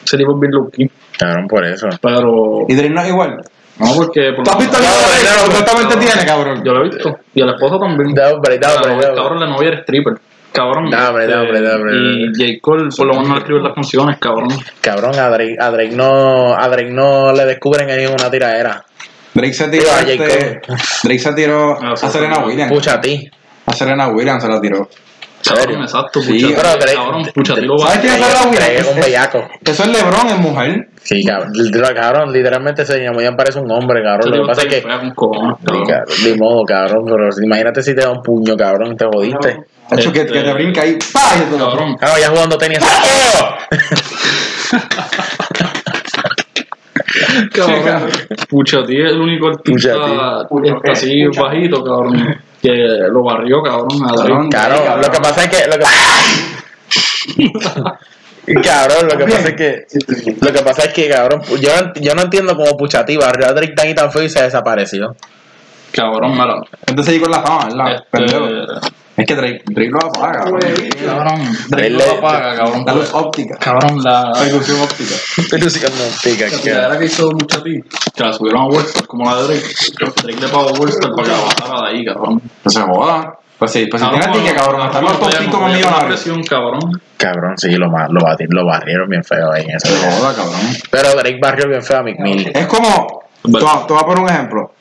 S1: Ese tipo es bien low key.
S3: Cabrón, por eso.
S1: Pero.
S2: Y Drake no es igual.
S1: No, porque. por
S2: ¿Tú has
S1: lo
S2: visto el
S1: menos-
S2: video de Drake?
S3: Claro,
S2: Exactamente tiene, cabrón.
S1: Yo lo he visto. Y a la esposa también.
S3: Da hombre, da
S1: La
S3: hombre,
S1: novia-
S3: da hombre.
S1: cabrón, la novia era stripper. Cabrón.
S3: Da, hombre, da,
S1: eh,
S3: hombre, da, hombre,
S1: Y
S3: da.
S1: J. Cole, por lo menos, no le escribe las canciones, cabrón.
S3: Cabrón, a Drake, a Drake no, a Drake no le descubren ahí una tiradera.
S2: Drake se tiró,
S3: Digo, a
S2: este-
S3: J.
S2: Drake se tiró
S1: Ah,
S2: a
S1: sí,
S2: Serena
S1: sí.
S2: Williams.
S3: Pucha a ti.
S2: A Serena Williams se la tiró.
S3: ¿Serio?
S1: Cabrón, exacto.
S2: Sí,
S1: pucha,
S3: pero Drake-
S1: cabrón, pucha, tiro
S2: ¿Sabes
S1: va.
S2: quién es Serena Williams?
S3: Drake es un
S2: Es-
S3: bellaco.
S2: Eso es LeBron, es mujer.
S3: Sí, cabrón, literal- cabrón, literalmente se llama, parece un hombre, cabrón.
S1: Ese
S3: Lo
S1: tipo
S3: que pasa
S1: está
S3: es que
S1: bien fea con cojones,
S3: Sí,
S1: cabrón.
S3: cabrón, de modo, cabrón, pero imagínate si te da un puño, cabrón, te jodiste.
S2: Hacho, que,
S1: Este-
S3: eh.
S2: que te brinca ahí. ¡Pah! Y te lo-
S1: Cabrón.
S3: Claro, ya jugando tenis.
S1: Cabrón. Puchati es el único artista
S4: Puchati.
S1: este, así
S4: Puchati.
S1: bajito, cabrón. Que lo barrió, cabrón. a Drake.
S2: Cabrón,
S3: Claro, lo que pasa es que. Lo que... Cabrón, lo que pasa es que. Lo que pasa es que, cabrón, yo, yo no entiendo cómo Puchativa, Roderick tan y tan feo y se desapareció.
S1: Cabrón, mala.
S2: Antes de ir con la fama, ¿verdad?
S1: Este,
S2: Ah, Pendejo. Es que Drake, Drake lo apaga, cabrón.
S1: Cabrón. Drake
S3: Drake
S1: lo
S3: le-
S1: apaga, cabrón.
S2: La luz óptica.
S1: Cabrón, la.
S2: Percusión óptica.
S3: Pero sí que no, tica,
S1: La verdad que hizo mucho a ti. Que la subieron a Western como la de Drake. Drake le pagó a Western para que la bajara de ahí, cabrón.
S2: No se joda. Pues sí,
S1: Ah,
S2: pues si tiene tica, cabrón, están los top 5 más
S1: la
S2: millonarios.
S1: presión, cabrón.
S3: Cabrón, sí, lo, ma- lo, bati- lo barrieron bien feo ahí en
S2: Se
S3: esa.
S2: joda, cabrón.
S3: Pero Drake barrió bien feo a McMillan.
S2: Es como.
S1: Vale.
S2: Te voy a- te voy a poner un ejemplo.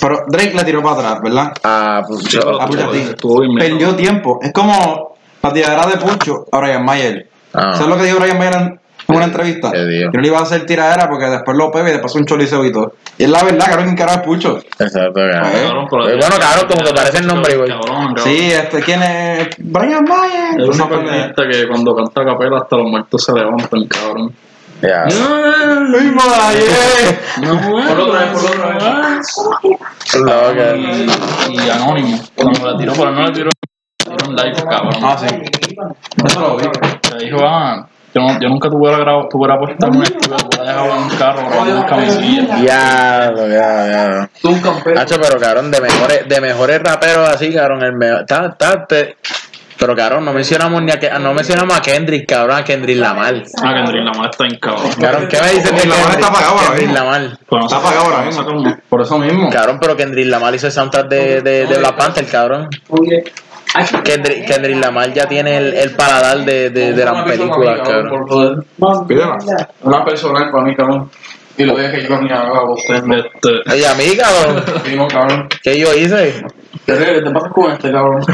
S2: Pero Drake la tiró para atrás, ¿verdad?
S3: Ah, pues,
S1: Sí, pero
S2: Ah,
S1: tú,
S2: pues,
S1: cabrón,
S2: sí.
S1: estuvo bien,
S2: Perdió
S1: mira.
S2: tiempo. Es como la tiradera de Pucho a Brian Mayer.
S3: Ah.
S2: ¿Sabes lo que dijo Brian Mayer en en una entrevista?
S3: ¿Qué
S2: Que
S3: dijo?
S2: no le iba a hacer tiradera porque después lo pega y después un choliseo y todo. Y es la verdad, cabrón, que encaraba a Pucho.
S3: Exacto,
S4: Pues,
S3: cabrón.
S1: Cabrón, pero-
S3: Pero Eh, bueno, cabrón, como que parece el nombre, güey.
S1: Cabrón, cabrón.
S2: Sí, este, ¿quién es? Brian Mayer. Pues
S1: Es
S2: Entonces,
S1: una partidista que cuando canta a capela hasta los muertos se levantan, cabrón.
S3: Ya.
S2: Luis Mayer.
S1: Por otra vez, por otra
S3: Lo que-
S1: Y, y anónimo. Cuando la tiró, pero no la tiró. la tiró en live, cabrón.
S2: Ah, sí. Eso lo vi.
S1: Le dijo, ah, yo, no- yo nunca tuve la grabo, tuve la puesta en un estudio, tuve la dejaba en un carro, grabando en camisilla.
S3: Ya, lo- ya, ya.
S4: Tú un campeón.
S3: Nacho, pero cabrón, de mejores, de mejores raperos así, cabrón, el mejor. Ta, ta, te- Pero cabrón, no mencionamos ni a Ke- no mencionamos a Kendrick, cabrón, a Kendrick Lamar.
S1: Ah, Kendrick Lamar está en cabrón.
S3: Cabrón, ¿qué me dices de
S2: Kendrick Lamar
S3: Kendrick?
S2: está apagado ahora
S3: Kendrick
S2: mismo.
S3: Lamar.
S1: Bueno,
S2: Está apagado ahora mismo.
S1: saca un-
S2: Por eso mismo.
S3: Cabrón, pero Kendrick Lamar hizo el soundtrack de, de, de Black Panther, cabrón.
S4: Oye.
S3: Kendrick, Kendrick Lamar ya tiene el, el paladar de, de, de las películas, cabrón.
S2: Pídela.
S4: Una personal para mí, cabrón. Y lo dejé yo ni a vos.
S1: Este,
S3: Oye, a mí, cabrón,
S4: Primo, cabrón.
S3: ¿qué yo hice?
S4: ¿Qué te te pasas con este, cabrón?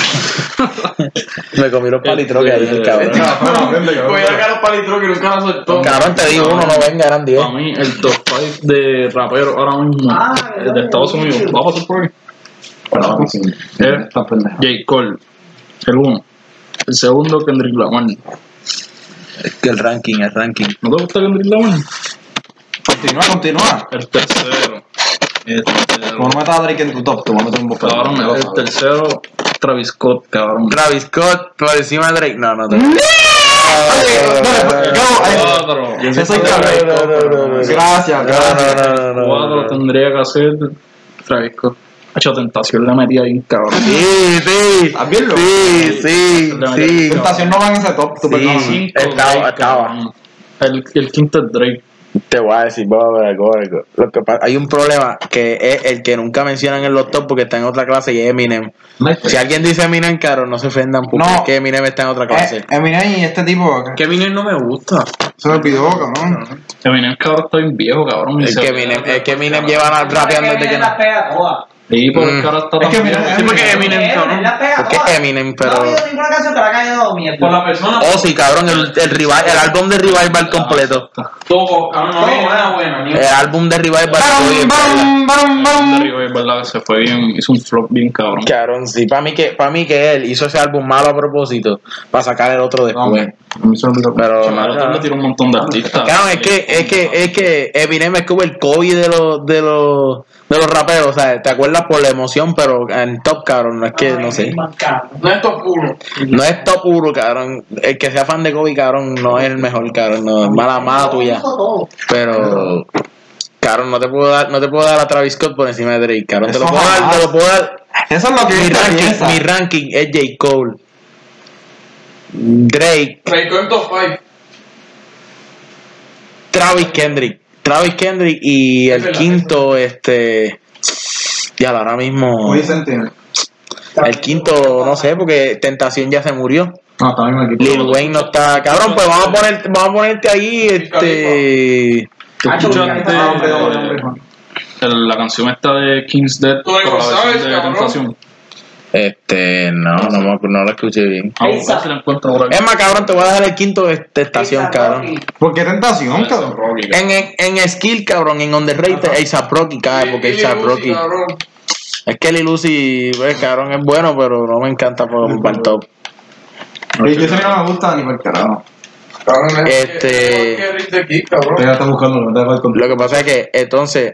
S3: Me comí los palitros que hay, cabrón.
S4: Voy a sacar los palitros que nunca la soltó.
S3: Cabrón, te digo uno, no venga, eran 10.
S1: para mí, el top 5 de raperos ahora mismo eh, de Estados Unidos. ¿Va a pasar por ahí? Eh,
S2: Está pendeja.
S1: J. Cole, el uno. El segundo, Kendrick Lamar. ¿No
S3: Es que el ranking, el ranking.
S1: te gusta Kendrick Lamar?
S2: Continúa, continúa.
S1: El tercero. Este,
S2: Como no metas a Drake en tu top, te voy a meter un bofetón. Este,
S1: cabrón, el tercero, Travis Scott, cabrón.
S3: Travis Scott por encima de Drake. No, no, no. eh.
S1: Cuatro.
S2: Ese soy cabrón. Gracias, gracias.
S3: No, no, no,
S1: Cuatro
S3: no.
S1: tendría que hacer Travis Scott. Ha hecho tentación, la metía ahí, cabrón.
S3: Sí, sí.
S2: ¿Has visto?
S3: Sí, sí, sí.
S2: Tentación no va en ese top, tú
S3: Sí.
S2: perdóname.
S1: Cinco,
S3: Estaba- estaba.
S1: cabrón. El, el quinto es Drake.
S3: Te voy a decir, Bob, algo, algo. Lo que pasa- hay un problema que es el que nunca mencionan en los top porque está en otra clase y es Eminem. Si alguien dice Eminem, caro, no se ofendan porque
S2: No.
S3: es que Eminem está en otra clase.
S2: Eh, Eminem y este tipo acá.
S1: Eminem no me gusta.
S2: Se me olvidó, cabrón.
S1: Eminem, cabrón, está bien viejo, cabrón.
S3: Es que Eminem, es que Eminem lleva la- rapeando desde que nació.
S6: pega toda.
S1: Y por el
S3: Mm.
S1: cara está
S2: Es
S1: tan
S2: que Eminem-
S1: viejo. Sí, porque
S6: Él,
S1: Eminem,
S6: él
S1: cabrón.
S6: la pega
S3: Porque
S6: toda.
S3: Eminem,
S6: No ha
S3: pero...
S6: habido ninguna canción que la haya dado mierda.
S4: Por la persona.
S3: Oh, sí, cabrón, el, el, revival- el álbum de Revival completo.
S4: Todo, cabrón. No hay nada buena. Ni
S3: El álbum de Revival.
S2: Barum, barum, barum,
S1: De
S2: barum.
S1: arriba, es verdad, que se fue bien, hizo un flop bien, cabrón.
S3: Cabrón, sí, para mí, que, para mí que él hizo ese álbum malo a propósito, para sacar el otro después. Pero no,
S1: Claro, tú le
S3: no.
S1: tiró un montón de artistas.
S3: Cabrón, es que, es que, es que Eminem es como el Kobe de los, de los, de los raperos, o sea, te acuerdas por la emoción, pero en top, cabrón, no es que, no sé,
S4: No es top uno.
S3: no es top puro, cabrón, el que sea fan de Kobe, cabrón, no es el mejor, cabrón, no, es mala, mala tuya, pero, cabrón, no te puedo dar, no te puedo dar a Travis Scott por encima de Drake, cabrón, te lo
S2: Eso
S3: puedo dar,
S2: jamás.
S3: te lo puedo dar
S2: Eso es lo que
S3: mi
S2: ella
S3: ranking,
S2: piensa.
S3: mi ranking es J. Cole. Drake,
S4: Traigo en top 5.
S3: Travis Kendrick. Travis Kendrick y el quinto, este. Ya ahora mismo.
S2: Muy sentido.
S3: El quinto, no sé, porque Tentación ya se murió.
S2: No, también me
S3: Lil Wayne no está. Cabrón, pues vamos a poner, vamos a ponerte ahí, este.
S1: ¿Tú escuchaste
S2: Ah,
S1: el- la canción esta de King's Dead?
S4: Tú no
S1: pero la
S4: sabes,
S1: versión de
S4: cabrón.
S1: Tentación.
S3: Este, no, no, me acu- no lo escuché bien.
S1: Ah, vamos a ver si la encuentro por aquí.
S3: Es más, cabrón, te voy a dejar el quinto de Tentación, cabrón.
S2: ¿Por qué tentación,
S1: Ese
S2: cabrón?
S1: Rocky,
S3: En, en, en skill, cabrón, en underrated, A$AP Rocky cae, porque A$AP Rocky. Es que el Lucy, pues, cabrón, es bueno, pero no me encanta por por el top.
S2: Y yo sé que no me gusta ni por carajo.
S7: Cabrón, es
S3: Este-
S7: que- es que Rick de aquí, cabrón.
S2: Pero ya está buscando, no te va a contar.
S3: Lo que pasa es que, entonces,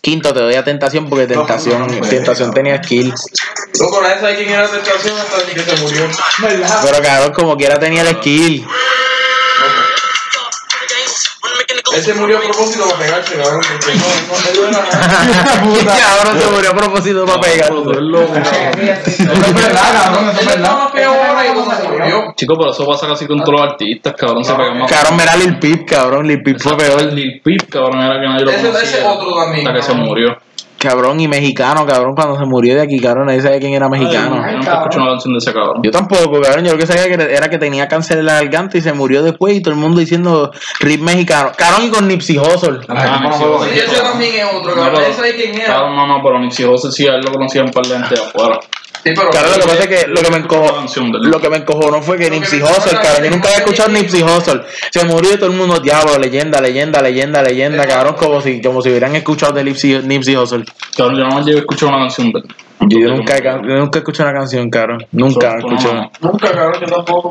S3: quinto te doy a tentación porque tentación,
S2: no, no, no.
S3: tentación tenía skill.
S7: Loco, nadie sabe quién era la tentación hasta ni que se murió.
S3: Pero cabrón, como quiera tenía el skill.
S7: Él se murió a propósito para pegarse, cabrón, porque no, no le duele nada.
S3: cabrón se murió a propósito para pegar.
S2: Es verdad, cabrón, eso es
S7: Ella
S2: verdad.
S7: estaba pegado ahora y cómo se murió.
S1: Chico, pero eso pasa casi con todos los artistas, cabrón. Se pegan más.
S3: Cabrón, mira Lil Pip, cabrón. Lil Pip fue peor.
S1: El Lil Peep, cabrón, era que nadie lo
S7: Ese-
S1: conocía.
S7: ese otro también,
S1: Hasta que se
S7: cabrón.
S1: murió.
S3: Cabrón, y mexicano, cabrón. Cuando se murió de aquí, cabrón, nadie sabía quién era mexicano.
S1: Ay, yo nunca escuché una canción de ese cabrón.
S3: Yo tampoco, cabrón. Yo lo que sabía que era que tenía cáncer en la garganta y se murió después. Y todo el mundo diciendo rip mexicano. Cabrón, y con Nipsey Hussle.
S1: Ah,
S2: Ah,
S1: Nipsey
S7: Sí,
S1: Hussle.
S7: ese también es otro,
S1: No,
S7: cabrón.
S1: pero-
S7: Ese sabe quién era.
S1: Cabrón, no, no, pero Nipsey Hussle sí, a él lo conocían un par de gente de afuera.
S7: Sí, pero.
S3: Cabrón, lo que pasa es que lo que
S1: Una
S3: me encojó.
S1: canción de él.
S3: Lo que me encojonó fue que
S7: Lo que
S3: Nipsey
S7: me encojó
S3: Hussle,
S7: la-
S3: cabrón, yo nunca había escuchado Nipsey Hussle. Se murió y todo el mundo, diablo, leyenda, leyenda, leyenda, leyenda, cabrón, como si, como si hubieran escuchado de Nipsey, Nipsey Hussle.
S1: Cabrón, yo no llegué a escuchar una canción de él.
S3: Yo, nunca, he can- yo nunca escuché una canción, cabrón. Nunca he
S1: Solo-
S3: escuchado.
S7: Nunca, cabrón, yo tampoco.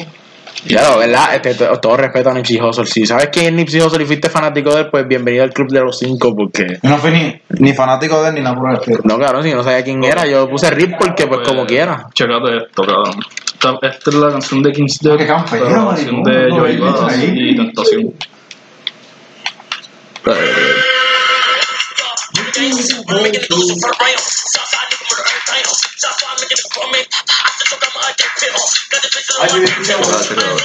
S3: Ya, la verdad, este, to- todo respeto a Nipsey Hussle. Si sabes quién es Nipsey Hussle y fuiste fanático de él, pues bienvenido al club de los cinco, porque...
S2: Yo no fui ni, ni fanático de él ni nada por el estilo.
S3: No, cabrón, si yo no sabía quién era, yo puse rip porque, pues, como quiera.
S1: Checate esto, cabrón. Esta, esta es la canción de King's Dead.
S2: Ah, Qué campero,
S1: la canción
S2: maricón,
S1: de
S2: no,
S1: Joey
S2: no, no,
S1: Badass
S2: ahí.
S1: y Tentación. Eh,
S7: Ay, yo-
S1: espérate, cabrón.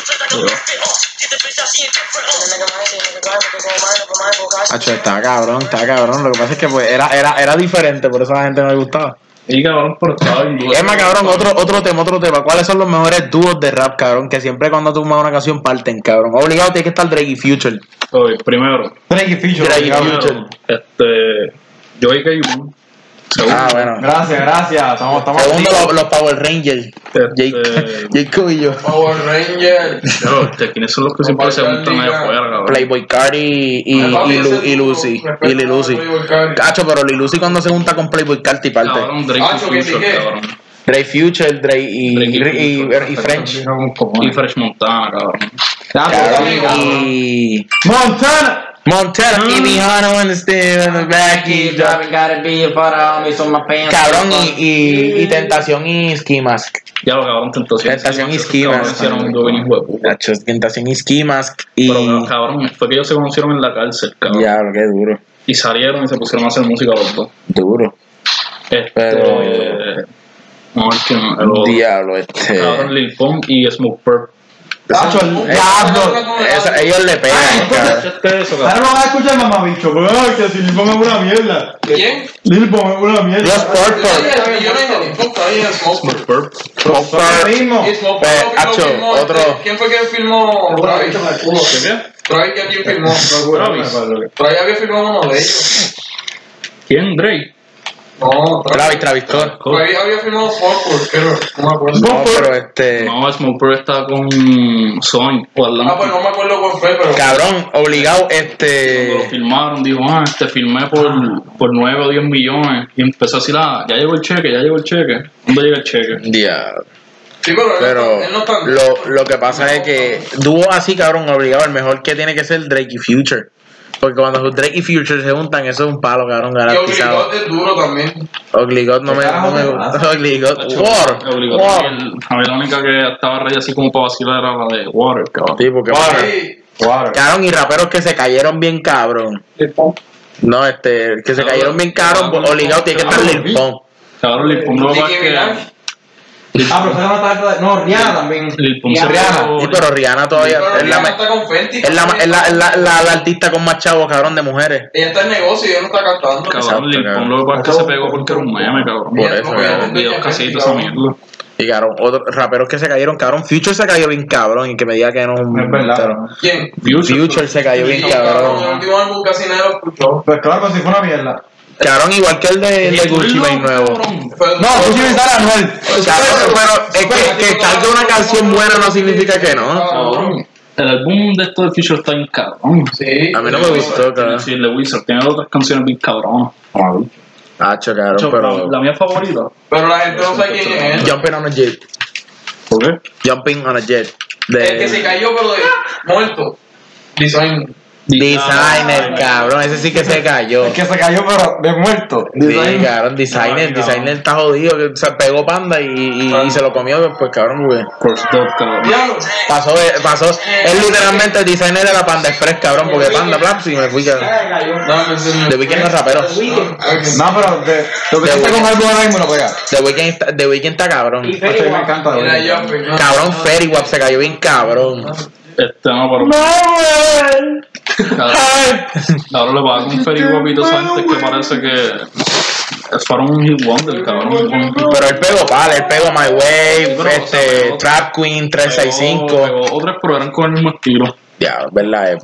S3: Hacho, está cabrón, está cabrón. Lo que pasa es que, pues, era, era, era diferente, por eso a la gente no le gustaba.
S1: Y cabrón, por estaba bien duro.
S3: Es más, cabrón, otro, otro tema, otro tema. ¿Cuáles son los mejores dúos de rap, cabrón? Que siempre cuando tú mandas una canción parten, cabrón. Obligado tiene que estar Drake y Future.
S1: Ok, primero.
S2: Drake y Fisher,
S3: Drake y
S2: cabrón.
S3: Future.
S1: Primero, este. Joey Cayun. Segundo.
S3: Ah, bueno.
S2: Gracias, gracias. Estamos, estamos
S3: Segundo,
S2: activos.
S3: los, los Power Rangers.
S1: Este,
S3: Jake, Jacob y yo.
S7: Power Ranger.
S1: Claro, este, ¿quiénes son los que siempre se juntan ahí afuera, cabrón?
S3: Playboy Carti y, y,
S7: Papi,
S3: y, Lu-
S7: ese
S3: y
S7: duro,
S3: Lucy.
S7: respeto
S3: Y Lil
S7: a
S3: Lucy.
S7: Playboy Carti.
S3: Cacho, pero Lil Lucy cuando se junta con Playboy Carti parte.
S1: Cabrón, Drake
S7: Ah,
S1: y
S7: choque,
S1: Future,
S7: piqué.
S1: cabrón.
S3: Drake Future, Drake y,
S1: Drake y
S3: Dre- y,
S1: Future, Ah,
S3: y French.
S2: Era un
S1: Y
S2: cojón.
S1: Fresh Montana, cabrón.
S3: Cabrón,
S7: sí, cabrón.
S3: y
S2: ¡Montana!
S3: Montana
S1: Mm.
S3: y Mijano and Steve in the back y Cabrón y, y, y Tentación y Ski Mask.
S1: Ya lo cabrón, tentación.
S3: Tentación y
S1: Esos
S3: Esquiva.
S1: cabrones Hicieron un doble hijo de puta.
S3: Cacho, Tentación y Ski Mask y
S1: Pero cabrón, fue que ellos se conocieron en la cárcel, cabrón.
S3: Diablo, qué duro,
S1: Y salieron y se pusieron a hacer música los dos.
S3: duro.
S1: Este.
S3: Pero-
S1: No, es que no, el otro.
S3: Diablo este.
S1: Cabrón, Lil Pump y Smoke Purp.
S2: Cacho,
S7: Ah,
S3: Diablo, eso- ellos le pegan, cabrón.
S1: ¿Escuchaste este eso,
S2: Ahora
S1: cabrón?
S2: no vas a escuchar mamabicho, weón, que si Lil Pump es una mierda.
S7: ¿Quién?
S2: Lil Pump es una
S3: Los
S2: mierda.
S3: Purple.
S7: Yo no dije, ni puta, dije Smoker.
S1: Smoke Purp.
S2: Ahora
S3: Purple.
S2: mismo.
S7: Y Smoker
S3: Pues,
S7: fue el que
S3: Acho,
S7: filmó,
S3: otro.
S7: este, ¿Quién fue quien filmó? Travis. Travis, ¿quién- ¿quién filmó? Travis había filmado uno de ellos.
S1: ¿Quién? Drake.
S7: No,
S3: Travis, Travis Scott.
S7: Travis había filmado Smoker, creo. No me acuerdo.
S3: No, pero este.
S1: No, Smoke Purp está con Sonic o Atlanta.
S7: Ah, pues no me acuerdo cuál fue, pero.
S3: Cabrón, obligado,
S1: Cuando lo
S3: este.
S1: filmaron, dijo, ah, este filmé por, por 9 o 10 millones. Y empezó así la, ya llegó el cheque, ya llegó el cheque. ¿Dónde llega el cheque?
S3: Diablo.
S7: Sí, pero él no
S3: Pero
S7: está- él no está.
S3: lo, lo que pasa es que dúo así, cabrón, obligado, el mejor que tiene que ser Drake y Future. Porque cuando Drake y Future se juntan, eso es un palo, cabrón,
S7: Y obligado
S3: garantizado.
S7: es duro también.
S3: Obligot no me. No me Obligot. War.
S1: Obligó.
S3: War.
S1: A ver, la única que estaba rey así como para vacilar era la de Water, cabrón.
S3: Sí, porque.
S7: Sí.
S3: Cabrón, y raperos que se cayeron bien, cabrón. No, este. Que se
S1: Cabrón,
S3: cayeron bien, cabrón,
S1: cabrón,
S3: obligado, tiene que estar
S1: cabrón.
S3: Lil Pump.
S1: Cabrón, Lil Pump lo que
S7: Nicki
S1: pasa es
S7: Minaj.
S1: que...
S2: Ah, pero esa no está. No, Rihanna también.
S1: Lil Pump se
S2: Rihanna.
S3: Sí, pero Rihanna todavía.
S7: Pero
S3: es
S7: ella
S3: la,
S7: no
S3: me-
S7: está con Fenty.
S3: es la, es la, es la, la- la artista con más chavos, cabrón, de mujeres.
S7: Ella está en negocio y ella no está cantando.
S1: Cabrón, Lil Pump lo que pasa es que se pegó porque era un meme, cabrón.
S3: Por eso, cabrón.
S1: Y dos casitas esa mierda.
S3: Y cabrón, otros raperos que se cayeron, cabrón. Future se cayó bien, cabrón. Y que me diga que no.
S2: Es verdad.
S3: cabrón.
S7: ¿Quién?
S3: Future se cayó bien,
S7: Sí, El
S3: cabrón.
S7: último álbum casi nadie lo escuchó.
S2: Pues claro, pero si fue una mierda.
S3: Cabrón, igual que el de, el de Gucci Mane nuevo.
S7: Pero-
S2: No, tú sí me estás Anuel.
S3: Cabrón, pero es que, que salga una canción buena no significa que no.
S7: Cabrón.
S1: El álbum de esto de Future está bien cabrón.
S7: Sí.
S3: A mí no me gustó,
S1: Tiene-
S3: cabrón.
S1: Sí, el de Wizard tiene otras canciones bien cabronas.
S3: Ah, chocaron,
S1: Yo,
S3: pero.
S1: la, la mía favorita.
S7: Pero la gente no sabe quién es.
S3: Jumping on a jet.
S1: ¿Por qué?
S3: Jumping on a jet. De...
S7: El que se cayó, pero de muerto. Design.
S3: Designer, cabrón. Ese sí que se cayó.
S2: El que se cayó, pero de muerto.
S3: Sí, cabrón, designer,
S1: Ay, no.
S3: designer está jodido, que se pegó panda y, y- y se lo comió, pues cabrón, porque
S1: Por supuesto, cabrón.
S7: Diablo.
S3: pasó, de- pasó, es literalmente el designer de la panda express, cabrón, porque panda, plap, y me fui, cabrón.
S7: No, no Ah, sé.
S3: The Weeknd no es rapero,
S2: No, pero de, lo que
S3: De
S2: hice
S3: bueno.
S2: con algo ahora mismo pues lo pega.
S3: The Weeknd, está- The Weeknd está cabrón,
S2: Este me encanta. de
S7: Era
S2: verdad.
S7: Jumping. no.
S3: cabrón, Ferry Wap se cayó bien, cabrón.
S1: Este no, pero. Cabrón, Ahora le va a dar un Ferry Guapito Sánchez que parece que. Fueron un hit wonder, cabrón. Un-
S3: Pero él pegó, vale, él pegó My Way,
S1: Bro,
S3: este,
S1: pero-
S3: Trap Queen, 365,
S1: Pegó Otras, pero eran con el mismo estilo.
S3: ya, verdad, eh.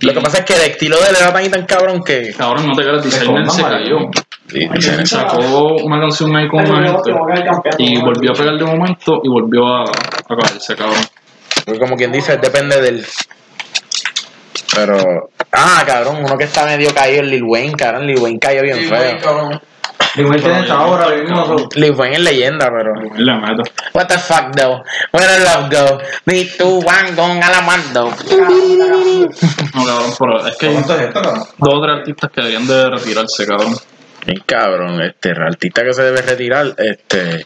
S3: Lo que pasa es que el estilo de él era tan y tan cabrón que...
S1: Cabrón, no te creas, Designer se cayó.
S3: Designer.
S1: Sacó una canción ahí con una gente y volvió a pegar de momento y volvió a, a caerse, cabrón.
S3: Porque como quien dice, depende del. Pero. Ah, cabrón, uno que está medio caído es Lil Wayne, cabrón. Lil Wayne cayó bien
S7: Sí, güey,
S3: feo.
S7: cabrón.
S2: Igual que en esta hora, lo mismo, so-
S3: Lil Wayne es leyenda, pero.
S1: Y La meta.
S3: What the fuck, though? Where the love go? Me too, one gone a la mando.
S1: No, cabrón, pero es que hay
S2: ¿Cuánto es esto, cabrón?
S1: dos o tres artistas que deberían de retirarse, cabrón.
S3: Bien, cabrón, este. El artista que se debe retirar, este.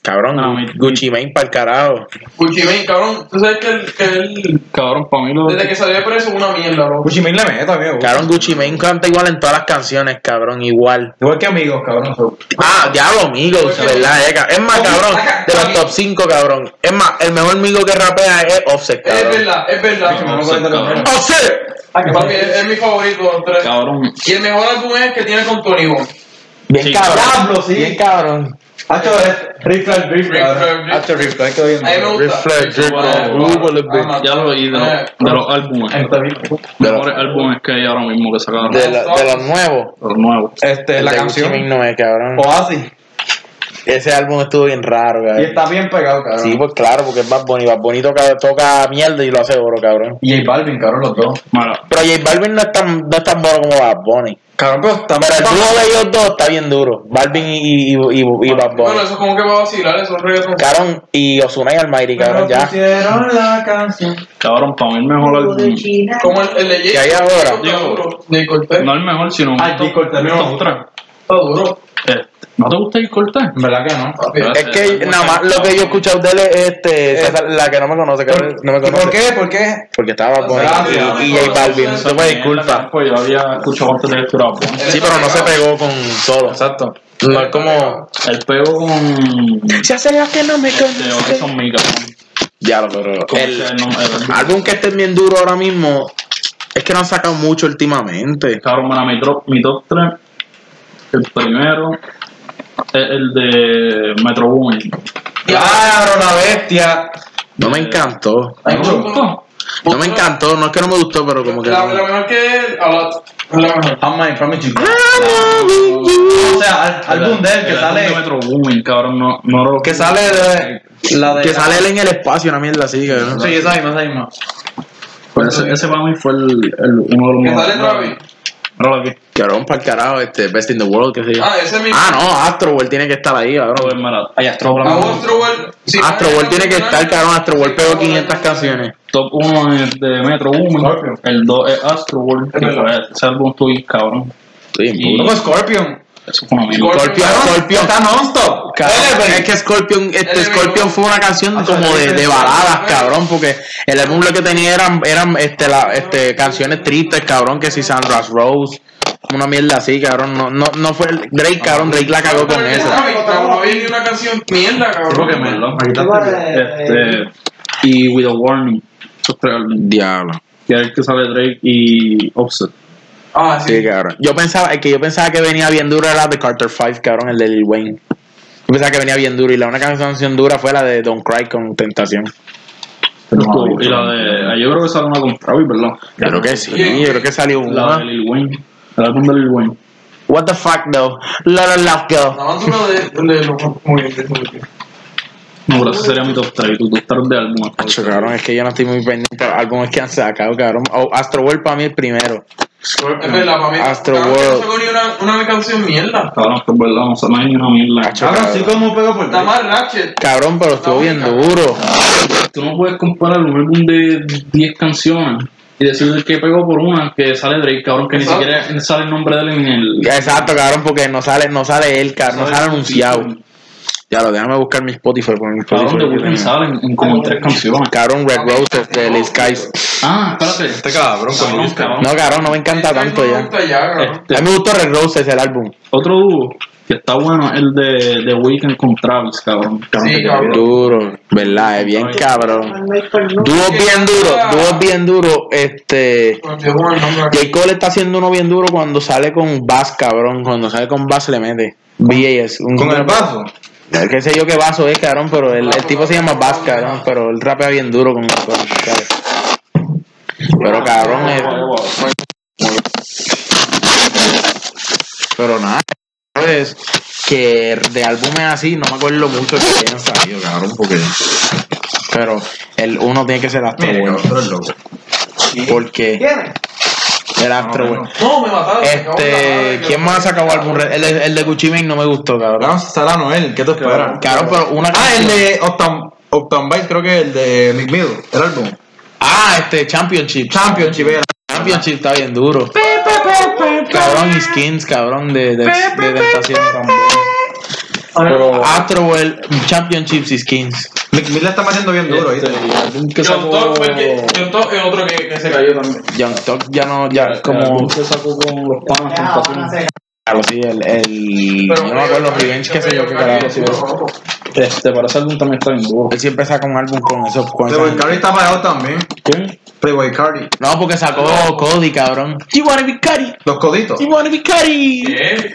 S3: Cabrón,
S1: No,
S3: Gu-
S1: mi-
S3: Gucci Mane para el carajo.
S7: Gucci Mane, cabrón. Tú sabes que él, que él,
S1: Cabrón, para mí lo.
S7: desde que salió de preso, es una mierda, bro.
S2: Gucci Mane le meto, amigo.
S3: Cabrón, Gucci Mane canta igual en todas las canciones, cabrón, igual.
S2: Igual que amigos, cabrón. so.
S3: Ah, diablo, amigos, ¿verdad? eh, ca- Es más, cabrón, de los top 5, cabrón. Es más, el mejor amigo que rapea es Offset,
S7: Es
S3: cabrón.
S7: verdad, es verdad.
S1: no sé, cabrón.
S3: ¡Offset!
S2: Ah,
S7: Papi,
S2: eh.
S7: es, es mi favorito de los tres.
S1: Cabrón,
S7: Y el mejor álbum es el que tiene con Tony Bond.
S3: Bien
S1: Sí.
S3: cabrón.
S2: Diablo, sí.
S3: Bien cabrón.
S2: Hacho es Rick Flair, Rick Flair.
S7: Rick Flair, Rick-
S2: Hacho Rick Flair, que bien.
S7: A mí me gusta.
S3: Reflect,
S1: reflect,
S7: Ah,
S1: ya lo oí de, los- de los álbumes.
S2: Está bien.
S1: Mejores álbumes que hay ahora mismo que sacaron.
S3: De, lo- de los nuevos.
S1: Los nuevos.
S2: Este,
S3: El
S2: la
S3: de Gucci
S2: canción. Oh.
S3: Mane no es, cabrón.
S2: Oasis.
S3: Ese álbum estuvo bien raro,
S2: Y
S3: cabrón.
S2: está bien pegado, cabrón.
S3: Sí, pues claro, porque es más bonito. Más bonito que toca mierda y lo hace oro, cabrón.
S2: Y J Balvin, cabrón, los dos.
S1: Mala.
S3: Pero J Balvin no es tan, no es tan bueno como Bad Bunny.
S2: Cabrón, pero está
S3: Pero el dúo de ellos dos está bien duro. Balvin y, y, y, y Bad
S7: Bueno,
S3: Bunny.
S7: eso es como que va a vacilar, eso es reggaeton.
S3: Cabrón y Ozuna y Almighty, cabrón, ya.
S2: pusieron la canción.
S1: Cabrón, para mí el mejor álbum.
S7: Como el, el de Jay.
S3: ¿Qué hay ahora?
S7: De Cortés.
S1: No el mejor, sino un
S2: Ah, Jay Cortez, no me gusta.
S7: Está duro.
S1: Eh, ¿No te gusta el corte?
S2: En verdad que no.
S3: Es que nada más lo que yo he escuchado de él es este, César, la que no me conoce, cabrón. No me
S2: ¿Y Eh,
S3: conoce.
S2: por qué? ¿Por qué?
S3: Porque estaba Bad Bunny
S2: Gracias.
S3: y, y J Balvin. Eso fue disculpa.
S1: Pues yo había escuchado antes de esto era Bad Bunny.
S3: Sí, pero no se pegó con solo. Exacto. No es como.
S1: El pego con.
S3: Se hace la que no me
S1: De Orison Mika.
S3: Ya lo, pero.
S1: ¿Cómo
S3: El
S1: se llama el álbum?
S3: álbum que esté bien duro ahora mismo es que no han sacado mucho últimamente.
S1: Cabrón, bueno, mi, top- mi top 3. El primero. es el de Metro Boomin.
S2: Claro, la bestia.
S3: No me encantó.
S1: ¿No te gustó?
S3: No me encantó. No es que no me gustó, pero como que.
S7: La, la
S3: no.
S7: mejor que. A lot. La mejor.
S2: How many from you? O sea, al- álbum de él que
S1: El álbum de
S2: sale.
S1: Metro Boomin, cabrón, no, no lo
S2: Que sale de. La de.
S3: Que sale él en el espacio, una mierda así, cabrón.
S2: Sí, esa misma, esa misma.
S1: Pues ese, ese para mí fue el, el- uno de los
S7: Que
S1: más-
S7: sale Travis.
S1: Míralo aquí.
S3: Cabrón, para el carajo, este, Best in the World, que sé yo.
S7: Ah, ese es mi.
S3: Ah, no, Astroworld tiene que estar ahí,
S1: Joder,
S3: cabrón.
S1: mira,
S2: Ay, Astro
S7: A Astro World. Sí,
S3: Astro World tiene que estar, cabrón. Astro World pegó
S7: Sí,
S3: 500 canciones.
S1: Top 1 es de Metro Boomin.
S2: Scorpio.
S1: El 2 es Astro World. que fue- Ese álbum estuvo cabrón.
S3: Estoy en
S1: Y-
S3: puto.
S2: Loco, Scorpion.
S1: Eso fue una mierda.
S3: Scorpion, Scorpion.
S2: Está non-stop.
S3: Cabrón, es que Scorpion, este
S7: Eleven.
S3: Scorpion fue una canción
S2: Ah,
S3: como de,
S2: Eleven.
S3: de baladas, cabrón, porque el álbum lo que tenía eran, eran este, la, este, canciones tristes, cabrón, que si Sandra's Rose, una mierda así, cabrón, no, no, no fue el Drake, cabrón, Drake la cagó con
S7: Pero es que
S3: esa.
S7: Travis, No no había ni una canción mierda,
S2: Creo que
S7: cabrón.
S2: me lo
S1: Este, y With a Warning. Esos tres álbumes.
S3: Diablo.
S1: Que es el que sale Drake y Offset.
S7: Ah, sí.
S3: Sí, cabrón. Yo pensaba, el que yo pensaba que venía bien duro era de Carter 5, cabrón, el de Lil Wayne. Yo pensaba que venía bien duro y la única canción dura fue la de Don't Cry con Tentación.
S1: y la de. Yo creo que sale una con Travis, ¿verdad?
S3: Yo creo que sí, yo creo que salió
S1: La de
S3: una.
S1: Lil Wayne. El álbum de Lil Wayne.
S3: What the fuck though? Lot of love girl.
S7: Nada más una de, de los muy bien, de los-
S1: No, pero ese sería mi top 3. Tu top 3 de álbum.
S3: Acho, cabrón, es que yo no estoy muy pendiente de álbumes que han sacado, cabrón. Oh, Astro World para mí el primero.
S7: Es verdad, para mí.
S3: Astro
S7: cabrón, que
S3: World.
S7: No sacó ni una, una canción mierda.
S1: Cabrón, esto es verdad, no se no hay ni una mierda.
S2: Cabrón, sí como pegó por
S7: Está más Ratchet.
S3: Cabrón, pero estuvo bien duro.
S1: Tú no puedes comparar un álbum de 10 canciones y decir que pegó por una que sale Drake, cabrón, que ni
S7: Exacto.
S1: siquiera sale el nombre de él en el.
S3: Exacto, cabrón, porque no sale, no sale él, cabrón, no
S1: sale
S3: sale
S1: el-
S3: anunciado. Ya lo déjame buscar mi Spotify por mi Spotify.
S1: Cabrón, de Weeknd sale en, en como en tres canciones.
S3: Cabrón, Red Roses de Liz Skies.
S1: Ah, espérate.
S2: Este cabrón con
S1: Cabrón,
S2: Houston.
S1: cabrón.
S3: No, cabrón, no me encanta tanto
S7: No me
S3: ya. Eh,
S7: gusta ya, cabrón.
S1: Este,
S3: A mí me gustó Red Roses, el álbum.
S1: otro dúo que está bueno es el de, de Weeknd con Travis, cabrón.
S7: Sí,
S1: que-
S7: cabrón.
S3: Duro, ¿verdad? Es bien cabrón. Dúo bien duro, dúo bien duro. Este.
S7: Bueno, yo Pues, pongo el nombre aquí.
S3: J. Cole está haciendo uno bien duro cuando sale con Bass, cabrón. Cuando sale con Bass le mete. BAS. Un
S2: Con el vaso.
S3: Qué sé yo qué vaso es, cabrón, pero el, el tipo se llama Bass, cabrón. Pero él rapea bien duro con con- cabrón. Pero cabrón, es- pero nada. Es que de álbumes así, no me acuerdo mucho que hayan salido, cabrón, porque. Pero el uno tiene que ser Astro
S2: Mire,
S3: World.
S2: cabrón, loco.
S3: Porque
S6: ¿Quién?
S3: el Astro World.
S7: No, me mataron.
S3: Este, ¿quién más ha sacado álbum? re- El, de- el de Gucci Mane no me gustó, cabrón.
S2: Vamos, sale a Noel, ¿qué te espera?
S3: Cabrón, pero una
S2: Ah, el
S3: canción-
S2: de Octan, Octan Bite, creo que el de Mick Mill, el álbum.
S3: Ah, este Championship.
S2: Championship era.
S3: Championship está bien duro. Cabrón y Skins, cabrón de de, de Tentación también.
S2: Pero
S3: Astro World, Championships y Skins.
S2: Mick Mill la está metiendo bien duro, ¿viste?
S1: que
S7: John Top fue el que- John Top es otro que, que se cayó también.
S3: Young Talk ya no, ya como.
S1: que sacó con los panas.
S6: Ya,
S1: con
S6: van a
S1: Tatuín.
S6: hacer.
S3: Claro, sí, el. el yo no me acuerdo, Revenge, qué sé yo, qué carajo. sí, pero-
S1: Este, para ese álbum también está bien duro.
S3: Él siempre saca un álbum con esos. Con esa
S2: Playboy
S3: gente.
S2: Cardi está pagado también.
S1: ¿Quién?
S2: Playboy Cardi.
S3: no, porque sacó Cody, cabrón. You wanna be Cody.
S2: Los coditos.
S3: You wanna be Cody.
S7: ¿Qué?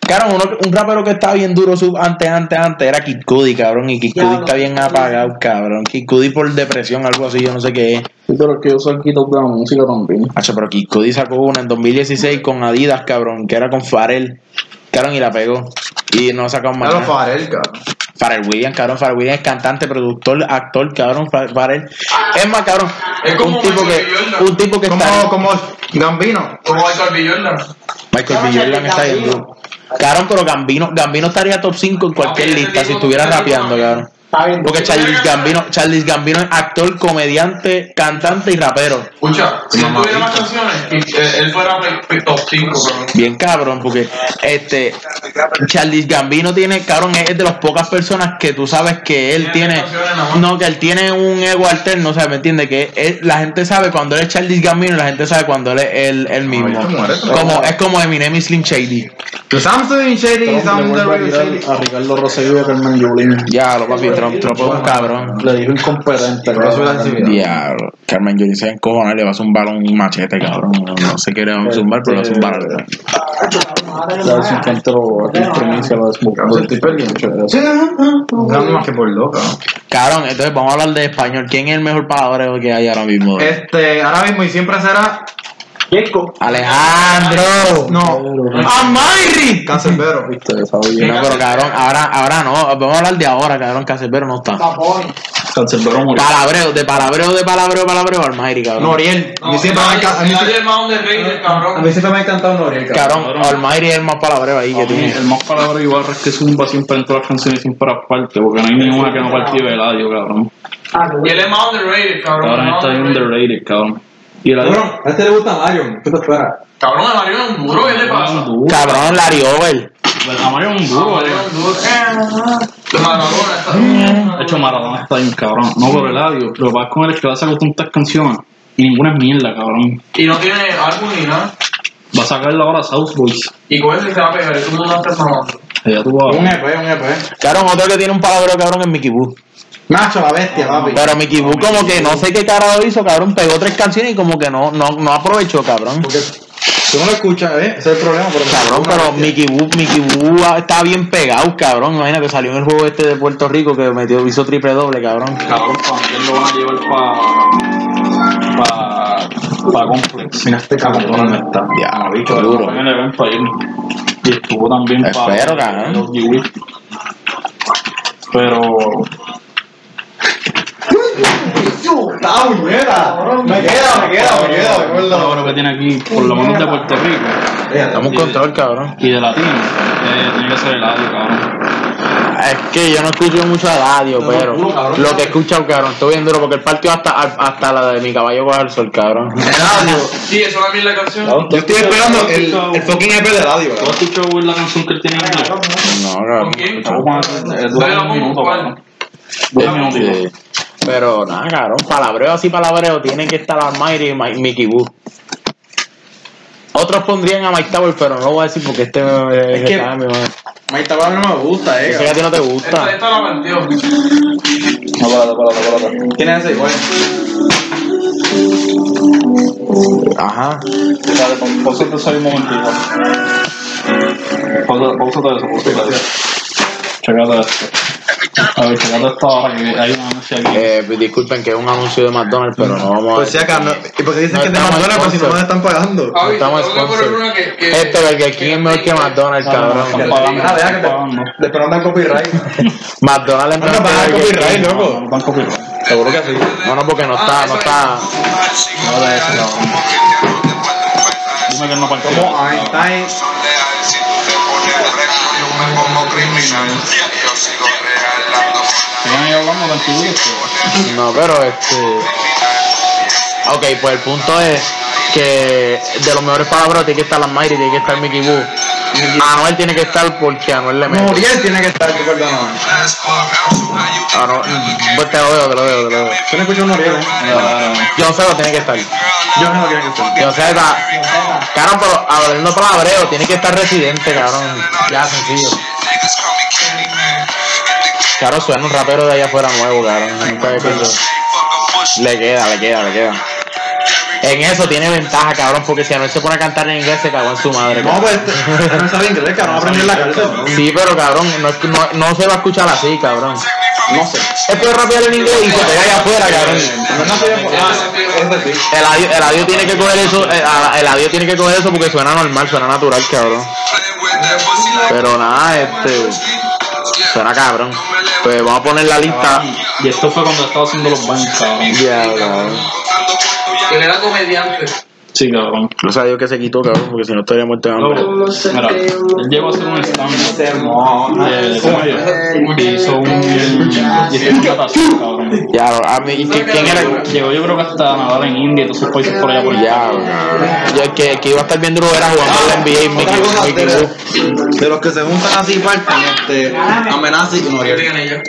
S3: Claro, uno- un rapero que estaba bien duro sub antes, antes, antes era Kid Cudi, cabrón. Y Kid Cudi
S6: Diablo,
S3: está bien
S6: Kid Cudi.
S3: apagado, cabrón. Kid Cudi por depresión, algo así, yo no sé qué es.
S1: Sí, pero es que yo soy el quitado de la música también.
S3: Hacho, pero Kid Cudi sacó una en 2016 con Adidas, cabrón, que era con Pharrell. Cabrón, y la pegó. Y no ha sacado más.
S2: Claro,
S3: nada.
S2: Farel, cabrón.
S3: Pharrell Williams, cabrón. Pharrell Williams es cantante, productor, actor, cabrón. Pha- Pharrell. Es más, cabrón.
S7: Es como
S3: un tipo
S7: Michael
S3: que,
S7: Jordan.
S3: un tipo que
S2: Como,
S3: está.
S2: como Gambino.
S7: Como Michael B. Jordan.
S3: Michael B. Jordan está bien duro. Cabrón, pero Gambino, Gambino estaría top 5 en cualquier
S7: ese
S3: lista si
S7: tipo-
S3: estuviera
S7: ese tipo
S3: rapeando,
S7: también.
S3: cabrón.
S6: Está bien.
S3: Porque Charles Gambino, Charles Gambino es actor, comediante, cantante y rapero.
S7: Escucha, si no tuviera más canciones, él, él fuera mi- mi top 5, cabrón.
S3: Bien cabrón, porque este Charles Gambino tiene, cabrón, es de las pocas personas que tú sabes que él
S7: Tiene
S3: tiene,
S7: canciones nada más.
S3: no, que él tiene un ego alterno, o sea, ¿me entiendes? Que él- la gente sabe cuando él es Charles Gambino y la gente sabe cuando él es él, él mismo.
S2: Ay, tú mueres, tú
S3: Como,
S2: mueres.
S3: es como Eminem y Slim Shady.
S2: Samsung Shady,
S1: Trump le
S2: Samsung
S1: vuelve a
S2: Shady.
S1: tirar a Ricardo Rosselló y a Carmen Yulín.
S3: Diablo, papi, Trump, Trump es un cabrón.
S1: Le dijo incompetente,
S2: Pero eso es
S1: cabrón.
S2: así.
S3: Diablo, Carmen Yulín se va a encojonar, le va a zumbar un machete, cabrón. No sé qué le va a zumbar, pero le va a zumbar algo.
S1: A ver si encuentro aquí en primicia la
S2: Cabrón, estoy perdiendo.
S1: desbocada.
S2: ah, Nada más que por loca.
S3: Cabrón, entonces vamos a hablar de español. ¿Quién es el mejor pagador que hay ahora mismo?
S2: Este, ahora mismo y siempre será.
S3: Alejandro.
S2: No,
S3: Amayri.
S2: Cancelbero.
S1: Ustedes sabían.
S3: No, pero cabrón, ahora, ahora no. Vamos a hablar de ahora, cabrón. Cacerbero no está.
S6: Papón.
S1: Cancelbero murió.
S3: Palabreo, de palabreo, de palabreo, palabreo, Almayri, cabrón.
S2: Noriel. A
S7: No,
S2: mí siempre me ha
S7: nadie-
S2: encantado- a mí
S7: nadie
S2: siempre-
S7: es más underrated,
S2: a
S7: cabrón.
S2: mí siempre me ha encantado Noriel, cabrón.
S3: Cabrón, Almayri es el más palabreo ahí que
S1: A mí,
S3: tiene.
S1: el más palabra y barra es que zumba siempre en todas las canciones sin parar parte, porque no hay ninguna que no participe del audio, cabrón.
S6: Ah, tú.
S7: Y él es más underrated, cabrón.
S1: Cabrón,
S7: más
S1: está bien
S7: underrated.
S1: underrated, cabrón. Y el audio.
S2: Cabrón, a este le gusta Marion. ¿Qué te espera?
S7: Cabrón, el Mario es un duro, ¿qué le pasa?
S3: Cabrón, Larry Over.
S1: A Mario es un
S7: Ah,
S1: duro,
S7: Mario
S1: eh.
S7: es un duro. Eh, Maradona está-
S1: De hecho, Maradona está bien, cabrón. No, pero el audio. Lo que pasa con él es que va a sacar tantas canciones y ninguna es mierda, cabrón.
S7: Y no tiene álbum ni nada.
S1: Va a sacarla ahora South Boys.
S7: Y con eso se va a pegar, eso no lo está mamando.
S1: Ya tú vas a
S2: Un
S1: ver.
S2: EP, un E EP.
S3: Cabrón, otro que tiene un palabreo, cabrón, es Mickey Boo.
S2: Nacho, la bestia, papi.
S3: Pero Mickey Boo como que no sé qué carajo hizo, cabrón. Pegó tres canciones y como que no, no, no aprovechó, cabrón.
S2: Porque tú no lo escuchas, ¿eh? Ese es el problema. Pero
S3: Cabrón, pero Mickey Boo, Mickey Boo ah, está bien pegado, cabrón. Imagínate, salió en el juego este de Puerto Rico que metió, hizo triple doble, cabrón.
S1: Cabrón, también lo van a llevar para. para. para Complex.
S2: Mira este cabrón.
S1: ¿Dónde está?
S3: Ya, bicho, duro.
S1: Fue en el evento ahí. Y estuvo también
S3: Espero,
S1: para
S3: cabrón.
S2: ¿eh?
S1: los Dewey. Pero.
S2: ¡Ah, puñeta! Me queda, me queda, me queda, me
S1: El
S2: acuerdo.
S1: logro que tiene aquí, por lo menos de Puerto Rico
S3: Estamos en control, cabrón.
S1: y de Latino, eh, tiene que ser el audio, cabrón.
S3: Ah, Es que yo no escucho mucho a radio, pero lo que he escuchado, cabrón, estoy bien duro porque el partido hasta, hasta la de mi caballo bajo el sol, cabrón.
S7: Sí, eso también la canción.
S2: Yo estoy esperando el, el fucking EP de radio,
S1: ¿Tú
S2: bro.
S1: has dicho la canción que él tiene en inglés?
S3: No,
S7: ¿Con
S3: cabrón.
S7: quién?
S1: Estamos con- eh, dura un minuto, cabrón. Dos minutitos.
S3: Este, pero nada, cabrón, palabreo así palabreo, tiene que estar Almighty y Ma- Mickey Boo. Otros pondrían a Mike Tower, pero no lo voy a decir porque este me,
S2: Es que-
S3: está- me-
S2: Maita Pablo no me gusta, eh.
S3: yo sé que
S2: cabrón.
S3: a ti no te
S7: Esta,
S3: gusta.
S7: esta la planteó.
S2: No, para, para, para, para. ¿Quién es ese igual?
S3: Ajá.
S1: Dale, pa- pausate eso ahí un momentito. Pausa- Pausate eso, pausate eso. Checate esto. A ver, checate esto ahora que hay una noche aquí.
S3: Eh, pues disculpen que es un anuncio de McDonald's, pero no vamos a.
S2: Pues si
S3: decir-
S2: acá no. ¿Y por qué dicen
S3: No
S2: que es de
S3: estamos
S2: McDonald's pues si no
S3: sponsor.
S2: me están pagando?
S7: Javi,
S3: Estamos
S7: te tengo que poner
S3: sponsor.
S7: una que. que
S3: Este Burger King es mejor que McDonald's,
S1: Están
S3: cabrón.
S1: pagando,
S2: Ah, deja
S1: están
S2: que te-
S1: pagando.
S2: Después no dan copyright.
S3: McDonald's
S2: No nos
S3: es mejor
S2: van a dar
S3: que Burger King.
S2: copyright,
S1: No, no
S2: loco.
S1: están copiando.
S2: Seguro que sí. Ah,
S3: No, no, porque no está, no está.
S2: No de eso, cabrón.
S1: Dime que no partió.
S2: Como Einstein.
S1: Sigan ahí hablando del tiburcio.
S3: No, pero este. Ok, pues el punto es que de los mejores palabras tiene que estar las Mayri, tiene que estar Mickey Boo. Anuel tiene que estar porque Anuel le mete.
S2: Muriel tiene que estar, perdóname.
S3: Anuel, pues te lo veo, te lo veo, te lo veo.
S2: Yo no escucho a Muriel, eh.
S3: Yo sé lo tiene que estar.
S2: Yo no lo quiero que esté.
S3: Yo sé, está. Cabrón, pero hablando palabreo, tiene que estar residente, cabrón. Ya, sencillo. Claro, suena un rapero de allá afuera nuevo, cabrón. Nunca había escuchado. Le queda, le queda, le queda. En eso tiene ventaja, cabrón, porque si Anuel se pone a cantar en inglés se cagó en su madre.
S2: No,
S3: cabrón.
S2: pues, este- no sabe inglés, cabrón. Va a aprender en la cárcel, bro.
S3: Sí, pero cabrón, no, es que- no, no se va a escuchar así, cabrón.
S2: No sé.
S3: Es puede rapear en inglés y se pega allá afuera, cabrón.
S2: No, no sé. Ah, este sí.
S3: El audio, el audio tiene que coger eso, el, el audio tiene que coger eso porque suena normal, suena natural, cabrón. Pero nada, este, suena cabrón. Pues vamos a poner la lista.
S1: Y esto fue cuando estaba haciendo los bancos, cabrón.
S3: Ya, cabrón.
S7: Él era comediante.
S1: Sí, cabrón.
S3: Lo sabía que se quitó, cabrón, porque si no estaría muerto de hambre.
S1: Luego, mira, él llegó a hacer un stand de, de comedia. Y hizo un. Y hizo un catástrofe, cabrón.
S3: Ya, a mí, ah, ¿y qui- ¿quién era?
S1: Llegó yo creo que hasta Nadal en India y todos esos países por allá por allá.
S3: Ya, cabrón. Yo, el que, el que iba a estar bien duro era jugando en la NBA y
S2: Otra cosa
S3: Mickey, Mickey Mouse.
S2: de, de los que se juntan así y parten, este, amenaza y
S7: ¿Qué
S2: Noriel.
S7: tienen ellos?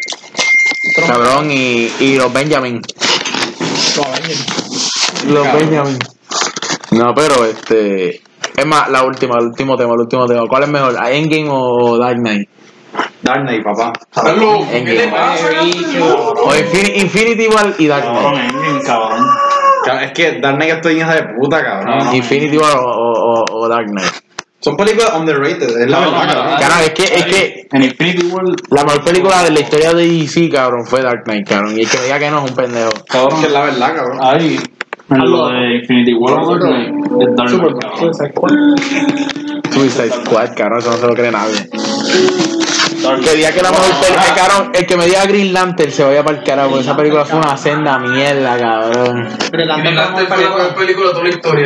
S3: Cabrón, y, y los Benjamin. Los Benjamin. No, pero este. Es más, la última, el último tema, el último tema. ¿Cuál es mejor? ¿A ¿Endgame o Dark Knight?
S2: Dark Knight, papá.
S7: Salud. ¿Qué
S3: Endgame.
S7: le pasa?
S3: O Infin- Infinity War y Dark
S1: Cabrón,
S3: Knight.
S1: Endgame, cabrón.
S2: Ca- Es que Dark Knight estoy en esa de puta, cabrón.
S3: Infinity War o, o- o- o Dark Knight.
S2: Son películas underrated, es la
S1: No, no,
S2: verdad,
S1: no,
S2: cabrón.
S1: no.
S3: Carajo, es que, es que
S1: En Infinity War,
S3: la mejor película de la historia de DC, cabrón, fue Dark Knight, cabrón. Y el que diga que no es un pendejo.
S2: Es
S1: cabrón.
S2: que es la verdad, cabrón.
S1: Ahí, en lo de Infinity War, o Dark Knight, es Dark Knight, cabrón.
S3: Suicide Squad, cabrón, eso no se lo cree nadie.
S1: Dark
S3: El que diga que la mejor película,
S2: Ah.
S3: cabrón, el que me diga Green Lantern se vaya para el carajo, porque esa película fue una senda mierda, cabrón.
S6: Pero la
S7: Green Lantern fue la mejor película este de toda la historia,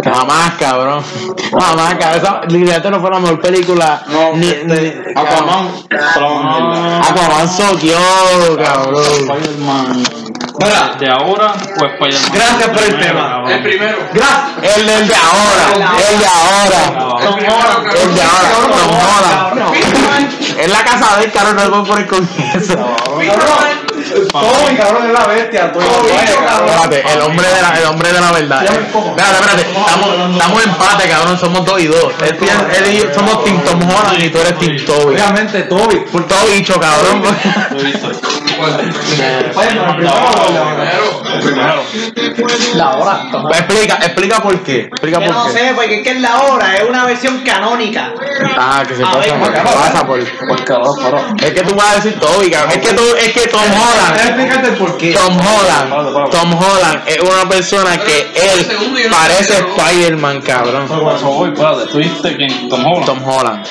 S7: cabrón.
S3: Jamás, cabrón. Jamás, cabrón. Esa, Green Lantern no fue la mejor película.
S2: No,
S3: ni,
S2: este,
S3: ni-
S2: Aquaman.
S1: Knight.
S2: Ah,
S3: Aquaman soqueó, cabrón.
S1: Spider-Man.
S2: Mira,
S1: Ah, ¿De ahora o Spider-Man?
S2: Gracias por el tema.
S1: cabrón.
S7: El primero.
S3: El del de ahora, el de ahora.
S7: El primero,
S3: El de
S7: cabrón.
S3: ahora, no jodan. Es la casa de él, cabrón, no voy por el con eso.
S2: Toby, cabrón, es la bestia. Toby,
S3: Espérate, el hombre de la, el hombre de la verdad. Espérate, espérate, estamos, estamos en empate, cabrón, somos dos y dos. Él, tiene- él y yo somos Team Tom Holland y tú eres Team Toby.
S2: Obviamente, Toby.
S3: Por todo bicho, cabrón.
S1: Lo he visto.
S7: Pues,
S2: Bueno,
S1: De ahora.
S7: Primero.
S1: Primero.
S6: La hora.
S3: Pues explica, explica por qué. Explica
S6: Yo no
S3: por qué.
S6: sé, porque es que es la hora, es una versión canónica.
S3: Ah, que se
S6: A
S3: pasa,
S6: ver,
S3: por-
S6: cabrón.
S3: pasa por. Es que tú vas a decir Toby, cabrón. Es que tú, es que Tom
S2: Déjame
S3: Holland.
S2: explicarte el porqué.
S3: Tom Holland, Tom Holland es una persona que él parece Spider-Man, cabrón.
S1: pues, Por favor, espérate, tú dijiste quién, Tom Holland.
S3: Tom Holland.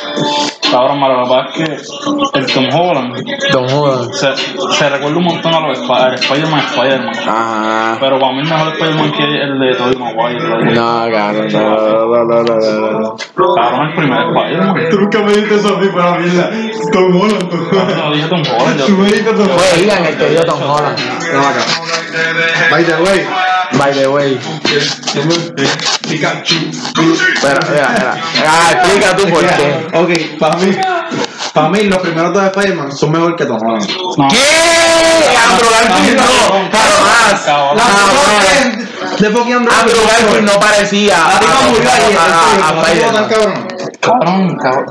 S1: Cabrón, mala la verdad es que el Tom Holland
S8: Don Juan.
S1: se, se recuerda un montón a los Sp- al Spider-Man Spider-Man.
S8: Ajá.
S1: Pero para mí el mejor Spider-Man que el de Tobey Maguire. la de-
S8: No, cabrón, no, no, no, no, no, no, no.
S1: Cabrón, el primer Spider-Man.
S2: Tú nunca me dijiste eso a mí para mierda. Tom Holland,
S1: Yo
S2: tú.
S1: no dije Tom Holland.
S2: Tú
S1: yo-
S2: me dijiste Tom Holland.
S3: Fue Ian el que dio Tom Holland.
S2: No, acá. By the way.
S3: By the way.
S2: Pikachu.
S3: Espera, espera, espera. Ah, explica tú por qué.
S2: Ok, para mí, para mí los primeros dos Spider-Man son mejor que Tom Holland.
S1: No.
S3: ¿Qué? Andrew Garfield no, jamás.
S1: Cabrón.
S3: Jamás.
S2: De Pokémon
S3: Andrew Garfield no parecía a, a, a, a Spider-Man.
S1: Cabrón, cabrón.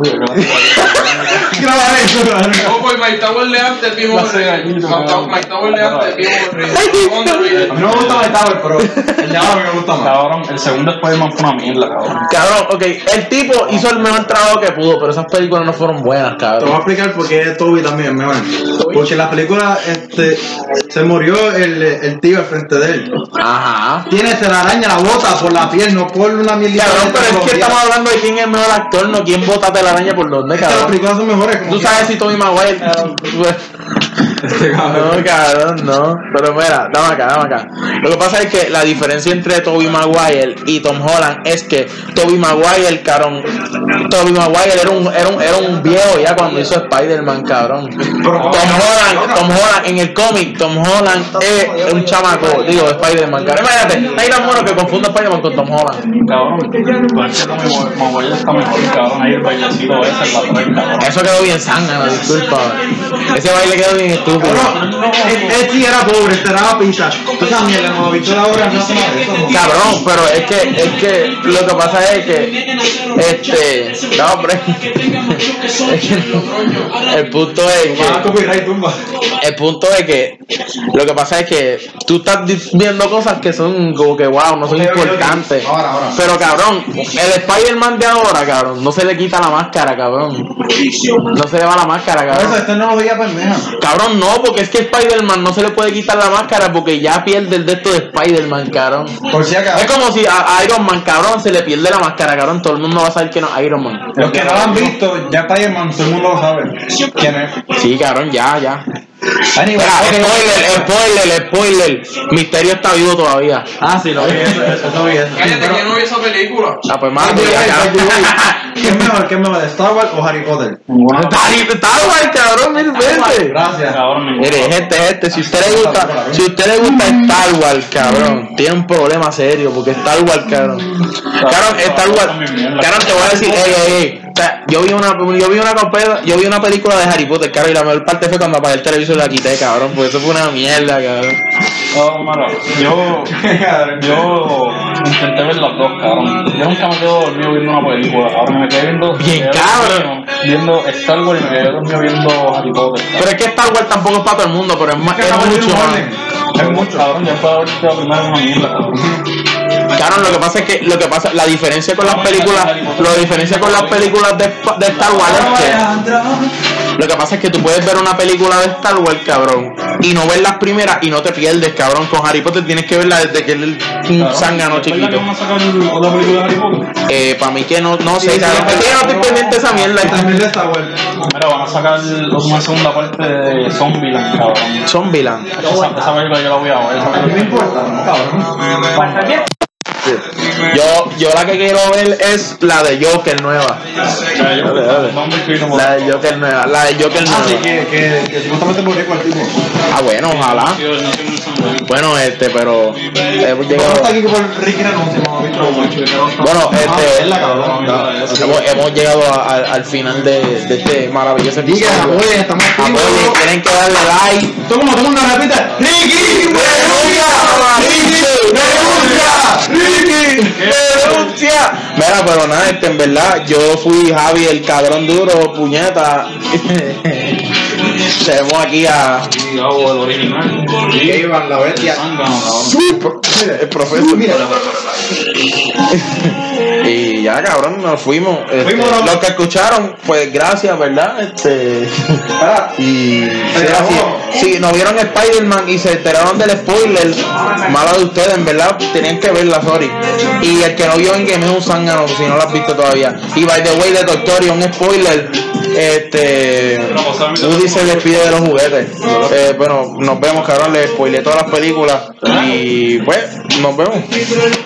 S2: Grabar eso, grabar eso.
S7: Ojo, y Mike Tower le antes bien aburrido. Mike Tower le antes bien aburrido.
S2: A mí no me gustaba el Tower, pero el de ahora me gusta más.
S1: Cabrón, el segundo Spider-Man fue una mierda, cabrón.
S3: Cabrón, ok, el tipo hizo el mejor trabajo que pudo, pero esas películas no fueron buenas,
S2: Te voy a
S3: cabrón.
S2: explicar por qué Toby también es mejor. Porque en la película este, se murió el, el tío al frente de él.
S3: Ajá.
S2: Tiene telaraña la bota por la piel, no por una mierda.
S3: Cabrón, pero es que estamos hablando de quién es el mejor actor, no quién bota telaraña por dónde,
S2: Las
S3: cabrón.
S2: películas son mejores. como
S3: Tú
S2: quiera.
S3: sabes si Tommy Maguire.
S2: Este cabrón.
S3: No, cabrón, no. Pero mira, dame acá, dame acá. Lo que pasa es que la diferencia entre Toby Maguire y Tom Holland es que Toby Maguire, cabrón, Toby Maguire era un, era un, era un viejo ya cuando hizo Spider-Man, cabrón. Tom Holland, Tom Holland, en el cómic, Tom Holland es un chamaco, digo, Spider-Man, cabrón. Imagínate, no hay tan bueno que confunda Spider-Man con Tom Holland.
S1: Cabrón, pero es que Tobey Maguire está mejor, cabrón. Ahí el bailecito ese en la frente, cabrón.
S3: Eso quedó bien sangre, disculpa. Ese baile quedó bien estúpido.
S2: Cabrón, él, él sí era pobre, este era la pincha. Tú esa mierda, no visto la obra, no hace nada de eso. ¿no?
S3: Cabrón, pero es que, es que lo que pasa es que este no hombre el punto es
S2: Ah,
S3: que
S2: copyright, tumba.
S3: el punto es que lo que pasa es que tú estás di- viendo cosas que son como que wow no son
S2: Ok, ok, ok.
S3: importantes
S2: Ahora, ahora.
S3: pero cabrón el Spider-Man de ahora cabrón no se le quita la máscara cabrón no se le va la máscara
S2: Por eso,
S3: cabrón
S2: este no lo veía pendeja.
S3: Cabrón, no, porque es que Spider-Man no se le puede quitar la máscara porque ya pierde el de esto de Spider-Man, cabrón.
S2: Por si acaso.
S3: Es como si a a Iron Man, cabrón, se le pierde la máscara, cabrón. Todo el mundo va a saber que no es Iron Man.
S2: Los que no lo han visto, ya Spider-Man, todo el mundo lo sabe. ¿Quién es?
S3: Sí, cabrón, ya, ya.
S2: Anyway,
S3: Espera,
S2: ok.
S3: spoiler, spoiler, spoiler. Misterio está vivo todavía.
S2: Ah, sí, lo vi, eso, eso, eso vi. Eso.
S7: Cállate, que
S2: Pero-
S7: no vi esa película.
S3: Ah, pues
S2: Ah,
S3: mano,
S2: mira,
S3: ya,
S2: ahí,
S3: ya.
S2: ahí, ahí. ¿Qué es mejor? ¿Qué es mejor? ¿Star Wars o Harry Potter?
S3: Está li- Está guay, cabrón, mil veces.
S2: Gracias.
S1: Cabrón, me
S3: Mire, gente, gente, si usted le gusta, si usted le gusta Star Wars, cabrón, tiene un problema serio, porque Star Wars, cabrón. Cabrón, Star Wars, cabrón, te voy a decir, ey, ey, ey. O sea, yo vi una, yo vi una compe- yo vi una película de Harry Potter, cabrón, y la mejor parte fue cuando apagué el televisor y la quité, cabrón, porque eso fue una mierda, cabrón.
S1: No, mano, yo, yo intenté ver las dos, cabrón. Yo nunca me quedo dormido viendo una película, cabrón. Me quedé viendo.
S3: Bien,
S1: me quedé
S3: cabrón.
S1: dormido Viendo Star Wars y me quedé dormido viendo Harry Potter. cabrón.
S3: Pero es que Star Wars tampoco es para todo el mundo, pero es más, es mucho más.
S1: Es mucho, cabrón. Yo estaba ahorita la primera es una mierda, cabrón.
S3: Claro, lo que pasa es que lo que pasa, la diferencia con las películas, la diferencia con las películas de, de Star Wars es que lo que pasa es que tú puedes ver una película de Star Wars, cabrón, y no ver las primeras y no te pierdes, cabrón. Con Harry Potter tienes que verla desde que él un
S1: Cabrón,
S3: zángano
S1: ¿es verdad que
S3: chiquito.
S1: van a sacar otra película de Harry Potter?
S3: Eh, para mí que no, no sé,
S2: Sí, sí,
S3: cabrón.
S2: sí,
S3: Es que yo no estoy pendiente de esa
S2: Y también
S3: mierda.
S2: de Star Wars.
S1: Mira, van a sacar una segunda parte de Zombieland, cabrón.
S3: Zombieland.
S1: Esa, esa película yo la voy a ver. esa
S2: A mí
S1: película.
S2: me importa, ¿no, cabrón?
S3: Yo, yo la que quiero ver es la de Joker nueva.
S1: Ya, yo-
S3: Dale, dale.
S1: Zombie Queen, como-
S3: La de Joker nueva, la de Joker nueva.
S2: Así que, que, que supuestamente murió con el tipo.
S3: Ah, bueno, ojalá. Bueno, este, pero hemos
S2: ¿Cómo
S3: llegado,
S2: está aquí por Ricky Renuncio, mamá? Víctor?
S3: bueno,
S2: Ah,
S3: este,
S2: verla, cabrón.
S3: hemos, hemos llegado a- a- al final de, de este maravilloso
S2: Diga,
S3: episodio.
S2: apoyen, estamos activos.
S3: Apoyen, tienen que darle like.
S2: Todo el mundo, todo el mundo repite. ¡Ricky!
S3: ¡Renuncia! ¡Renuncia! ¡Ricky! ¡Renuncia! Mira, pero nada, este, en verdad, yo fui Javi el cabrón duro, puñeta. Tenemos aquí a
S1: Gabo, el original.
S2: Que iban la bestia.
S1: Zángano, cabrón.
S3: el profesor.
S2: Mira,
S3: Y ya cabrón, nos fuimos. Este,
S2: Fuimos, ¿no?
S3: Los que escucharon, pues gracias, ¿verdad? Este.
S2: espera.
S3: Y si, era así-
S2: acabó.
S3: si no vieron Spider-Man y se enteraron del spoiler, mala de ustedes, en verdad, tenían que verla, sorry. Y el que no vio en Game es un zángano, si no la has visto todavía. Y by the way, de Doctorio, un spoiler. Este. Woody se despide de los juguetes. Eh, bueno, nos vemos, cabrón. Les spoilé todas las películas. Y pues, nos vemos.